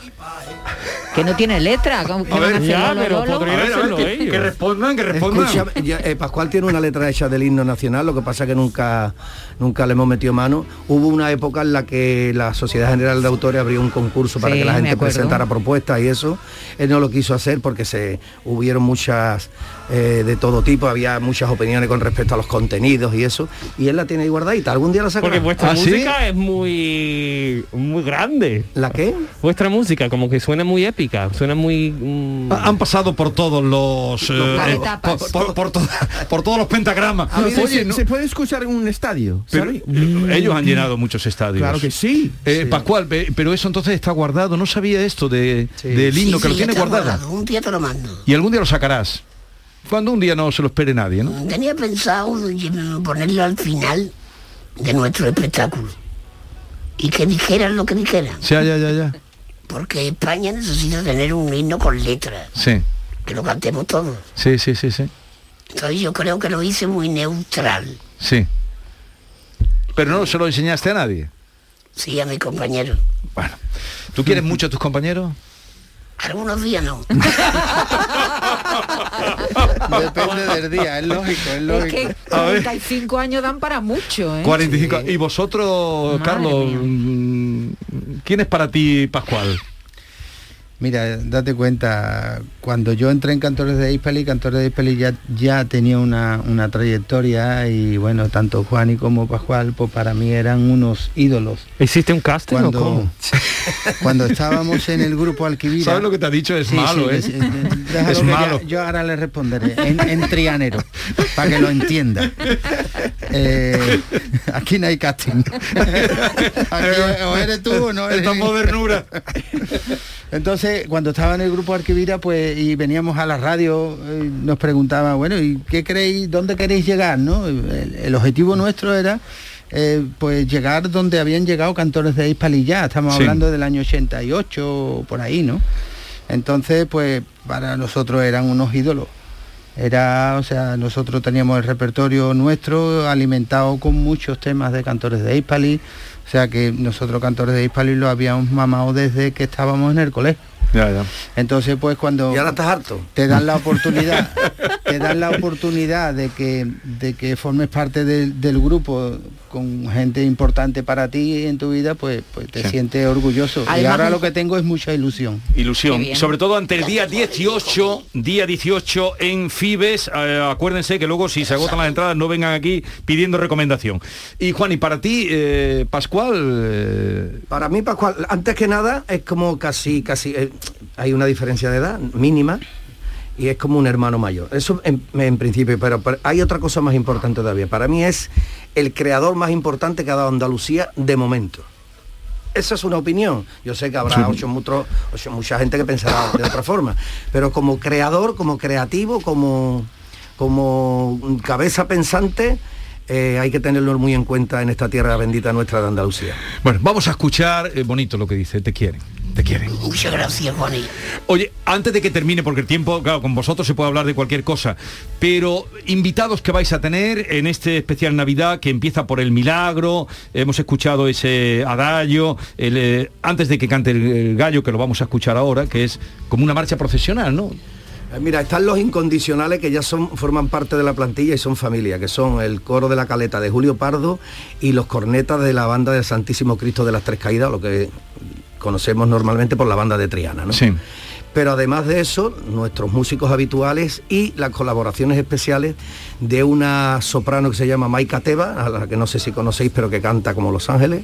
Speaker 6: Que no tiene letra. ¿cómo- que
Speaker 8: A ver,
Speaker 6: van a hacer
Speaker 8: ya,
Speaker 6: lolo,
Speaker 8: pero
Speaker 6: lolo?
Speaker 8: podrían hacerlo ellos.
Speaker 3: respondan, que
Speaker 2: Escúchame, ya, eh, Pascual tiene una letra hecha del himno nacional, lo que pasa que nunca, nunca le hemos metido mano. Hubo una época en la que la Sociedad General de Autores abrió un concurso para
Speaker 25: Sí,
Speaker 2: que la
Speaker 25: me
Speaker 2: gente
Speaker 25: acuerdo.
Speaker 2: presentara propuestas y eso. Él no lo quiso hacer porque se hubieron muchas eh, de todo tipo, había muchas opiniones con respecto a los contenidos y eso. Y él la tiene ahí guardadita. Algún día la sacará. ¿Ah,
Speaker 8: Porque vuestra música es muy muy grande.
Speaker 2: ¿La qué?
Speaker 8: Vuestra música como que suena muy épica, suena muy mm,
Speaker 3: Han pasado por todos los eh,
Speaker 8: Por
Speaker 3: eh,
Speaker 8: etapas.
Speaker 3: por, por- por to- por todos los pentagramas.
Speaker 2: Ah,
Speaker 5: A ver,
Speaker 3: Oye,
Speaker 5: se,
Speaker 3: no-
Speaker 5: se puede escuchar en un estadio.
Speaker 3: pero eh,
Speaker 5: ¿sabes?
Speaker 3: ellos han llenado muchos estadios.
Speaker 5: Claro que sí.
Speaker 3: Eh, Pascual, pe- pero eso entonces está guardado. No sabía esto de, del himno
Speaker 25: Sí,
Speaker 3: que lo
Speaker 25: sí,
Speaker 3: tiene
Speaker 25: está
Speaker 3: guardado.
Speaker 25: guardado. Un día te lo mando.
Speaker 3: Y algún día lo sacarás. Cuando un día no se lo espere nadie, ¿no?
Speaker 25: Tenía pensado mm, ponerlo al final de nuestro espectáculo. Y que dijeran lo que dijeran.
Speaker 3: Ya, ya, ya, ya.
Speaker 25: Porque España necesita tener un himno con letras,
Speaker 3: Sí,
Speaker 25: que lo cantemos todos.
Speaker 3: sí, sí, sí, sí.
Speaker 25: Entonces yo creo que lo hice muy neutral,
Speaker 3: sí. Pero no se lo enseñaste a nadie.
Speaker 25: sí, a mi compañero.
Speaker 3: ¿Tú quieres mucho a tus compañeros?
Speaker 25: Algunos días no.
Speaker 27: Depende del día, es lógico, es
Speaker 6: Es
Speaker 27: lógico.
Speaker 6: que
Speaker 3: A ver.
Speaker 6: 45 años dan para mucho, ¿eh?
Speaker 3: 45. ¿Y vosotros,
Speaker 6: Madre
Speaker 3: Carlos,
Speaker 6: mía.
Speaker 3: mm, quién es para ti Pascual?
Speaker 27: Mira, date cuenta, cuando yo entré en Cantores de Ispeli, Cantores de Ispeli ya, ya tenía una, una trayectoria y bueno, tanto Juani como Pascual, pues para mí eran unos ídolos.
Speaker 8: ¿Existe un casting
Speaker 27: Cuando-
Speaker 8: o cómo?
Speaker 27: Cuando estábamos en el grupo Alquivira...
Speaker 3: ¿Sabes lo que te ha dicho? Es
Speaker 27: Sí,
Speaker 3: malo,
Speaker 27: sí,
Speaker 3: ¿eh?
Speaker 27: sí, sí, déjalo
Speaker 3: es
Speaker 27: que ya-
Speaker 3: malo.
Speaker 27: yo ahora le responderé en, en trianero, para que lo entienda. Eh, aquí no hay casting.
Speaker 3: Eh,
Speaker 27: Aquí o eres tú o no eres
Speaker 3: Esta modernura.
Speaker 27: Entonces, cuando estaba en el grupo Arquivira, pues, y veníamos a la radio, eh, nos preguntaban, bueno, ¿y qué creéis, dónde queréis llegar, no? El, el objetivo nuestro era, eh, pues, llegar donde habían llegado cantores de Hispalillá, estamos
Speaker 23: Sí.
Speaker 27: hablando del año 88, o por ahí, ¿no? Entonces, pues, para nosotros eran unos ídolos. Era, o sea, nosotros teníamos el repertorio nuestro alimentado con muchos temas de cantores de Hispali, o sea que nosotros cantores de Hispali lo habíamos mamado desde que estábamos en el colegio. Entonces, pues cuando
Speaker 2: Y ahora estás harto.
Speaker 27: te dan la oportunidad, te dan la oportunidad de que, de que formes parte del, del grupo con gente importante para ti en tu vida, pues, pues te sientes orgulloso. y
Speaker 3: Además,
Speaker 27: ahora
Speaker 3: me-
Speaker 27: lo que tengo es mucha ilusión.
Speaker 3: Ilusión.
Speaker 27: Qué bien.
Speaker 3: Sobre todo ante el día 18, día 18 en Fibes. Eh, acuérdense que luego si se agotan las entradas no vengan aquí pidiendo recomendación. Y Juan, y para ti, eh, Pascual, eh,
Speaker 2: Para mí, Pascual, antes que nada, es como casi, casi, eh, hay una diferencia de edad mínima y es como un hermano mayor. Eso en, en principio, pero, pero hay otra cosa más importante todavía. Para mí es el creador más importante que ha dado Andalucía de momento. Esa es una opinión. Yo sé que habrá ocho mutro- ocho- mucha gente que pensará de otra forma, pero como creador, como creativo, como, como cabeza pensante, eh, hay que tenerlo muy en cuenta en esta tierra bendita nuestra de Andalucía.
Speaker 3: bueno, vamos a escuchar eh, bonito lo que dice, te quieren. Te quieren.
Speaker 25: Muchas gracias, Juanillo.
Speaker 3: Oye, antes de que termine, porque el tiempo, claro, con vosotros se puede hablar de cualquier cosa, pero invitados que vais a tener en este especial Navidad que empieza por el milagro, hemos escuchado ese adagio, el, eh, antes de que cante el, el gallo, que lo vamos a escuchar ahora, que es como una marcha profesional, ¿no?
Speaker 2: Eh, Mira, están los incondicionales que ya son, forman parte de la plantilla y son familia, que son el coro de la caleta de Julio Pardo y los cornetas de la banda del Santísimo Cristo de las Tres Caídas, lo que conocemos normalmente por la banda de Triana, ¿no?
Speaker 3: Sí.
Speaker 2: Pero además de eso, nuestros músicos habituales y las colaboraciones especiales de una soprano que se llama Maika Teva, a la que no sé si conocéis, pero que canta como Los Ángeles,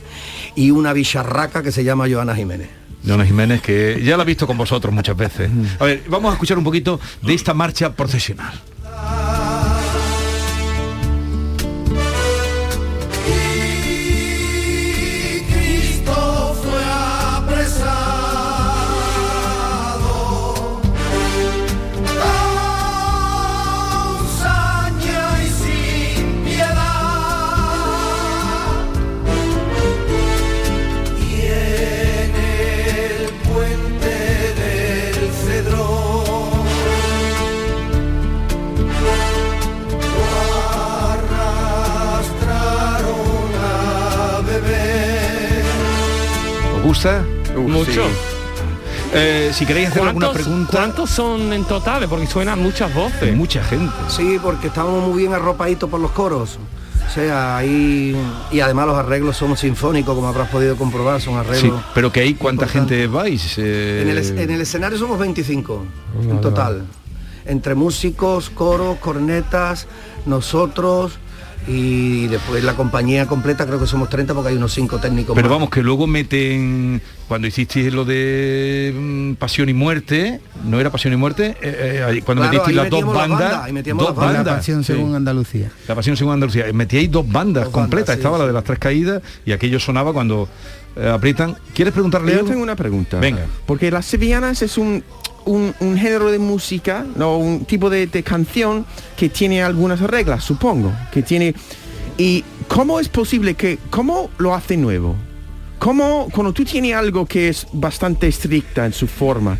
Speaker 2: y una bicharraca que se llama Joana Jiménez.
Speaker 3: Joana Jiménez, que ya la he visto con vosotros muchas veces. A ver, Eh, vamos a escuchar un poquito de esta marcha procesional.
Speaker 18: Y Cristo fue apresado. Con saña y sin piedad. Y en el puente del cedrón arrastraron a beber.
Speaker 3: ¿Os gusta?
Speaker 8: Mucho.
Speaker 3: Eh, si queréis hacer alguna
Speaker 8: ¿Cuántos-
Speaker 3: pregunta...
Speaker 8: ¿Cuántos son en total? Porque suenan muchas voces.
Speaker 3: Mucha gente.
Speaker 2: Sí, porque estábamos muy bien arropaditos por los coros. O sea, ahí... Y además los arreglos son sinfónicos, como habrás podido comprobar, son
Speaker 3: Sí,
Speaker 2: arreglos...
Speaker 3: pero que ahí cuánta gente vais. Eh,
Speaker 2: En, el, es- en el escenario somos 25, en
Speaker 3: Vale,
Speaker 2: total. Entre músicos, coros, cornetas, nosotros... Y después la compañía completa creo que somos 30 porque hay unos 5 técnicos
Speaker 3: Pero
Speaker 2: más.
Speaker 3: vamos, que luego meten, cuando hicisteis lo de mm, Pasión y Muerte, ¿no era Pasión y Muerte? Eh, eh, ahí- cuando
Speaker 2: Claro,
Speaker 3: metisteis
Speaker 2: ahí
Speaker 3: las dos
Speaker 2: metíamos las
Speaker 3: bandas,
Speaker 2: bandas, ahí metíamos
Speaker 3: dos
Speaker 2: las bandas.
Speaker 3: bandas.
Speaker 2: La Pasión
Speaker 3: sí.
Speaker 27: Según Andalucía.
Speaker 3: La Pasión según Andalucía. Metíais dos bandas completas, estaba la de las tres caídas y aquello sonaba cuando eh, aprietan. ¿Quieres preguntarle
Speaker 5: Yo
Speaker 3: algo?
Speaker 5: tengo una pregunta.
Speaker 3: Venga.
Speaker 5: Porque las sevillanas es un, un- un género de música, no un tipo de, de canción que tiene algunas reglas, supongo, que tiene y cómo es posible que cómo lo hace nuevo. ¿Cómo, cuando tú tienes algo que es bastante estricta en su forma,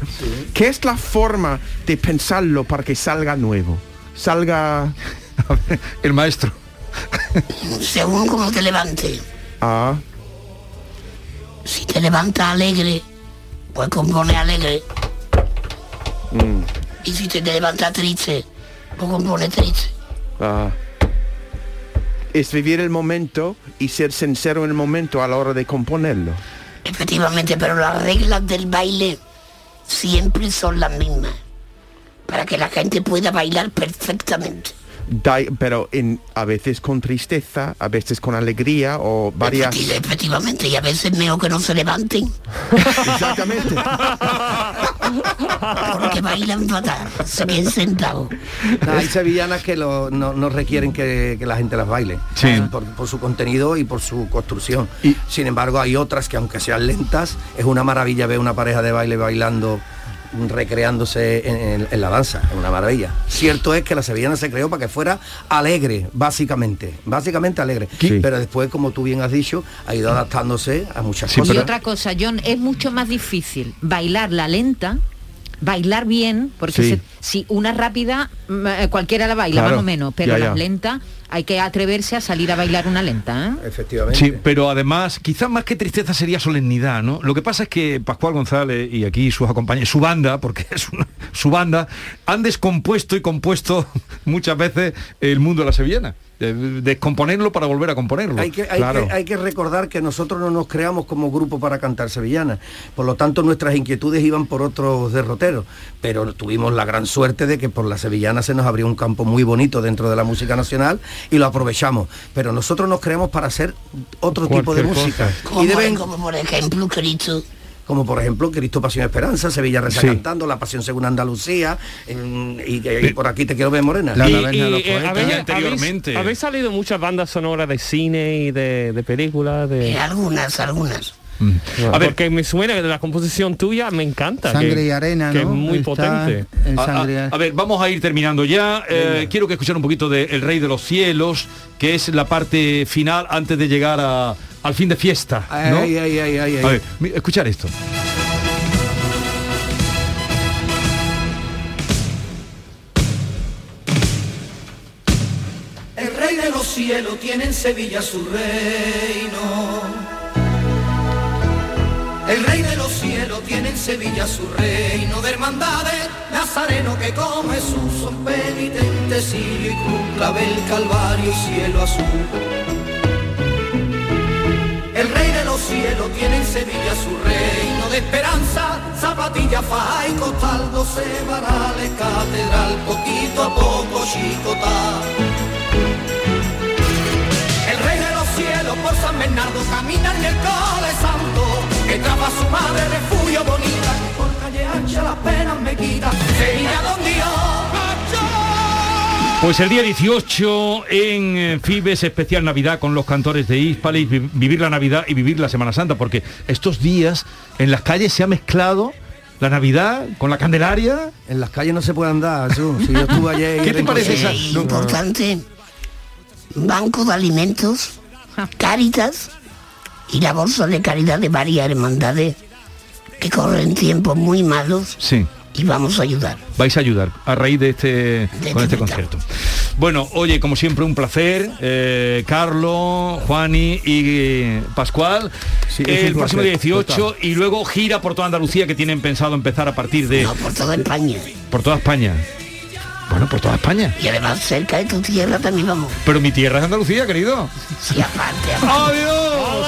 Speaker 5: qué es la forma de pensarlo para que salga nuevo? Salga
Speaker 3: el maestro.
Speaker 25: Según como te levante.
Speaker 5: Ah,
Speaker 25: Si te levantas alegre, pues compone alegre.
Speaker 5: mm,
Speaker 25: Y si te levantas triste, pues compone triste.
Speaker 5: ah. Es vivir el momento y ser sincero en el momento a la hora de componerlo.
Speaker 25: Efectivamente, pero las reglas del baile siempre son las mismas. Para que la gente pueda bailar perfectamente.
Speaker 5: Da- pero en, a veces con tristeza, a veces con alegría o varias...
Speaker 25: Efecti- Efectivamente, y a veces mejor que no se levanten.
Speaker 5: Exactamente.
Speaker 25: Porque bailan fatal, se quedan sentados.
Speaker 2: No, hay sevillanas que lo- no, no requieren que, que la gente las baile eh,
Speaker 3: Sí.
Speaker 2: por, por su contenido y por su construcción. Sin embargo, hay otras que aunque sean lentas, es una maravilla ver una pareja de baile bailando, mm, recreándose en, en- en la danza. Es una maravilla. Cierto es que la sevillana se creó para que fuera alegre, básicamente. Básicamente alegre. Pero después, como tú bien has dicho, ha ido adaptándose a muchas
Speaker 6: y
Speaker 2: cosas.
Speaker 6: otra cosa, John, es mucho más difícil bailar la lenta, bailar bien, porque
Speaker 2: Sí.
Speaker 6: se- si una rápida mm, eh, cualquiera la baila
Speaker 3: Claro,
Speaker 6: más o menos, pero
Speaker 3: ya,
Speaker 6: las
Speaker 3: ya.
Speaker 6: lentas hay que atreverse a salir a bailar una lenta. ¿eh?
Speaker 2: Efectivamente.
Speaker 3: Sí, pero además, quizás más que tristeza sería solemnidad, ¿no? Lo que pasa es que Pascual González y aquí sus acompañantes, su banda, porque es una- su banda, han descompuesto y compuesto muchas veces el mundo de la sevillana. eh, descomponerlo para volver a componerlo.
Speaker 2: Hay que, hay,
Speaker 3: claro.
Speaker 2: que, hay que recordar que nosotros no nos creamos como grupo para cantar sevillana. Por lo tanto, nuestras inquietudes iban por otros derroteros. Pero tuvimos la gran suerte de que por la sevillana se nos abrió un campo muy bonito dentro de la música nacional y lo aprovechamos. Pero nosotros nos creamos para hacer otro tipo de
Speaker 25: Cualquier
Speaker 2: música.
Speaker 25: cosa. Como-
Speaker 2: y deben-
Speaker 25: como por ejemplo, Cristo.
Speaker 2: Como por ejemplo Cristo Pasión y Esperanza, Sevilla Reza
Speaker 3: Sí.
Speaker 2: cantando, La Pasión según Andalucía, en- y, y por aquí te quiero ver morena.
Speaker 8: Y- y, eh, habéis- habéis- habéis salido muchas bandas sonoras de cine y de, de películas de
Speaker 25: Eh, algunas, algunas.
Speaker 3: Mm.
Speaker 8: Bueno, porque me suena que la composición tuya me encanta
Speaker 3: Sangre
Speaker 8: que-
Speaker 3: y arena,
Speaker 8: que
Speaker 3: ¿no?
Speaker 8: es muy
Speaker 3: Está
Speaker 8: potente
Speaker 2: Ah,
Speaker 3: en A- a- sangre A ver, vamos a ir terminando ya. Eh, quiero que escuchar un poquito de El Rey de los Cielos, que es la parte final antes de llegar a- al fin de fiesta. ¿no?
Speaker 2: Ay, ay, ay, ay, ay.
Speaker 3: A ver, mi- escuchar esto.
Speaker 18: El rey de los cielos tiene en Sevilla su reino. El rey de los cielos tiene en Sevilla su reino de hermandades, nazareno que con Jesús son penitentecillo y cruz, clavel, calvario y cielo azul. El rey de los cielos tiene en Sevilla su reino de esperanza, zapatilla, faja y costal, doce varales, catedral, poquito a poco chicotá. El rey de los cielos por San Bernardo camina en el cole santo, que traba su madre refugio bonita, que por calle ancha las penas me quita, se irá don Dios.
Speaker 3: Pues el día 18 en eh, Fibes especial Navidad con los cantores de Hispalis, vi- vivir la Navidad y vivir la Semana Santa, porque estos días en las calles se ha mezclado la Navidad con la Candelaria.
Speaker 2: En las calles no se puede andar, Jesús. Si yo estuve ayer y
Speaker 3: ¿Qué
Speaker 2: era
Speaker 3: te parece esa?
Speaker 2: imposible.
Speaker 3: No, no, no.
Speaker 25: Importante, Banco de Alimentos, Cáritas y la Bolsa de Caridad de varias hermandades que corren tiempos muy malos
Speaker 3: Sí.
Speaker 25: y vamos a ayudar.
Speaker 3: vais a ayudar a raíz de este, con este concierto. Bueno, oye, como siempre, un placer. Eh, Carlos, Juani y eh, Pascual.
Speaker 25: es
Speaker 3: el
Speaker 25: un
Speaker 3: próximo día
Speaker 25: placer,
Speaker 3: 18
Speaker 25: total.
Speaker 3: y luego gira por toda Andalucía que tienen pensado empezar a partir de...
Speaker 25: No, por toda España.
Speaker 3: Por toda España. Bueno, por toda España.
Speaker 25: Y además cerca de tu tierra también vamos.
Speaker 3: Pero mi tierra es Andalucía, querido.
Speaker 25: Sí, aparte, aparte.
Speaker 3: ¡Adiós!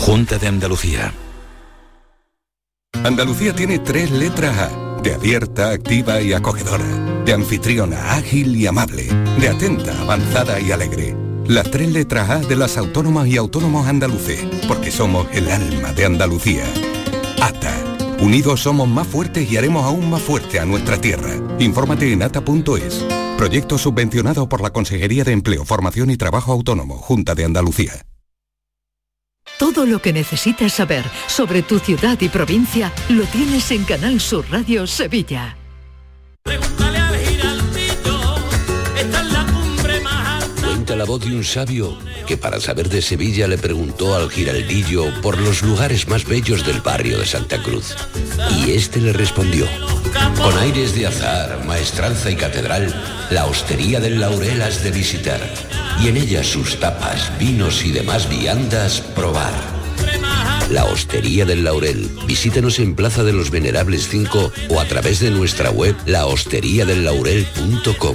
Speaker 30: Junta de Andalucía.
Speaker 16: Andalucía tiene tres letras A, de abierta, activa y acogedora, de anfitriona, ágil y amable, de atenta, avanzada y alegre. Las tres letras A de las autónomas y autónomos andaluces, porque somos el alma de Andalucía. ATA. Unidos somos más fuertes y haremos aún más fuerte a nuestra tierra. Infórmate en ata.es. Proyecto subvencionado por la Consejería de Empleo, Formación y Trabajo Autónomo, Junta de Andalucía.
Speaker 9: Todo lo que necesitas saber sobre tu ciudad y provincia lo tienes en Canal Sur Radio Sevilla.
Speaker 18: Esta es la cumbre más
Speaker 31: Cuenta la voz de un sabio que para saber de Sevilla le preguntó al giraldillo por los lugares más bellos del barrio de Santa Cruz. Y este le respondió. Con aires de azar, maestranza y catedral, la hostería del laurel has de visitar. Y en ella sus tapas, vinos y demás viandas probar. La Hostería del Laurel. Visítanos en Plaza de los Venerables 5 o a través de nuestra web lahosteriadellaurel.com.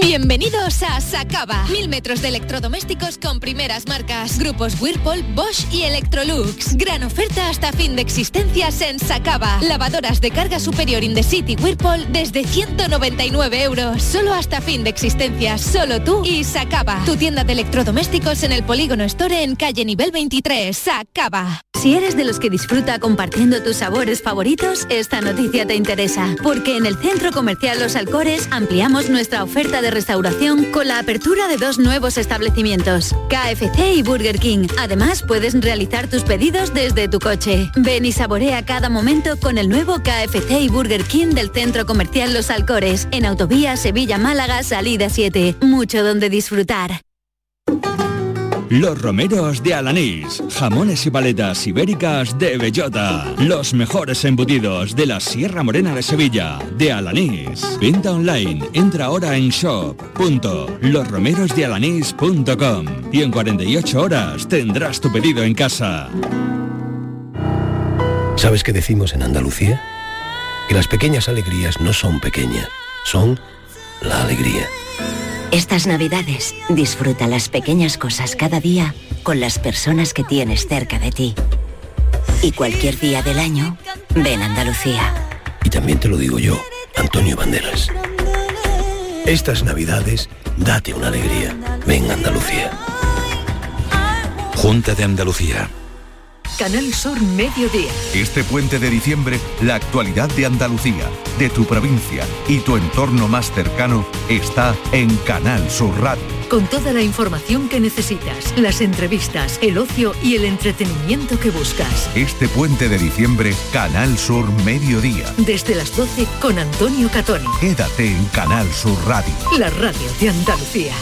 Speaker 32: Bienvenidos a Sacaba. Mil metros de electrodomésticos con primeras marcas. Grupos Whirlpool, Bosch y Electrolux. Gran oferta hasta fin de existencias en Sacaba. Lavadoras de carga superior in the city Whirlpool desde 199 euros. Solo hasta fin de existencias. Solo tú y Sacaba. Tu tienda de electrodomésticos en el Polígono Store en calle nivel 23. Sacaba.
Speaker 13: Si eres de los que disfruta compartiendo tus sabores favoritos, esta noticia te interesa, porque en el Centro Comercial Los Alcores ampliamos nuestra oferta de restauración con la apertura de dos nuevos establecimientos, KFC y Burger King. Además, puedes realizar tus pedidos desde tu coche. Ven y saborea cada momento con el nuevo KFC y Burger King del Centro Comercial Los Alcores, en Autovía Sevilla-Málaga, salida 7. Mucho donde disfrutar.
Speaker 3: Los romeros de Alanís, jamones y paletas ibéricas de bellota, los mejores embutidos de la Sierra Morena de Sevilla, de Alanís. Venta online, entra ahora en shop.losromerosdealanís.com y en 48 horas tendrás tu pedido en casa.
Speaker 10: ¿Sabes qué decimos en Andalucía? Que las pequeñas alegrías no son pequeñas, son la alegría.
Speaker 4: Estas navidades disfruta las pequeñas cosas cada día con las personas que tienes cerca de ti. Y cualquier día del año, ven a Andalucía.
Speaker 10: Y también te lo digo yo, Antonio Banderas. Estas navidades, date una alegría. Ven a Andalucía.
Speaker 33: Junta de Andalucía.
Speaker 9: Canal Sur Mediodía.
Speaker 16: Este puente de diciembre, la actualidad de Andalucía, de tu provincia y tu entorno más cercano está en Canal Sur Radio.
Speaker 9: Con toda la información que necesitas, las entrevistas, el ocio y el entretenimiento que buscas.
Speaker 16: Este puente de diciembre, Canal Sur Mediodía.
Speaker 9: Desde las 12 con Antonio Catoni.
Speaker 16: Quédate en Canal Sur Radio.
Speaker 9: La radio de Andalucía.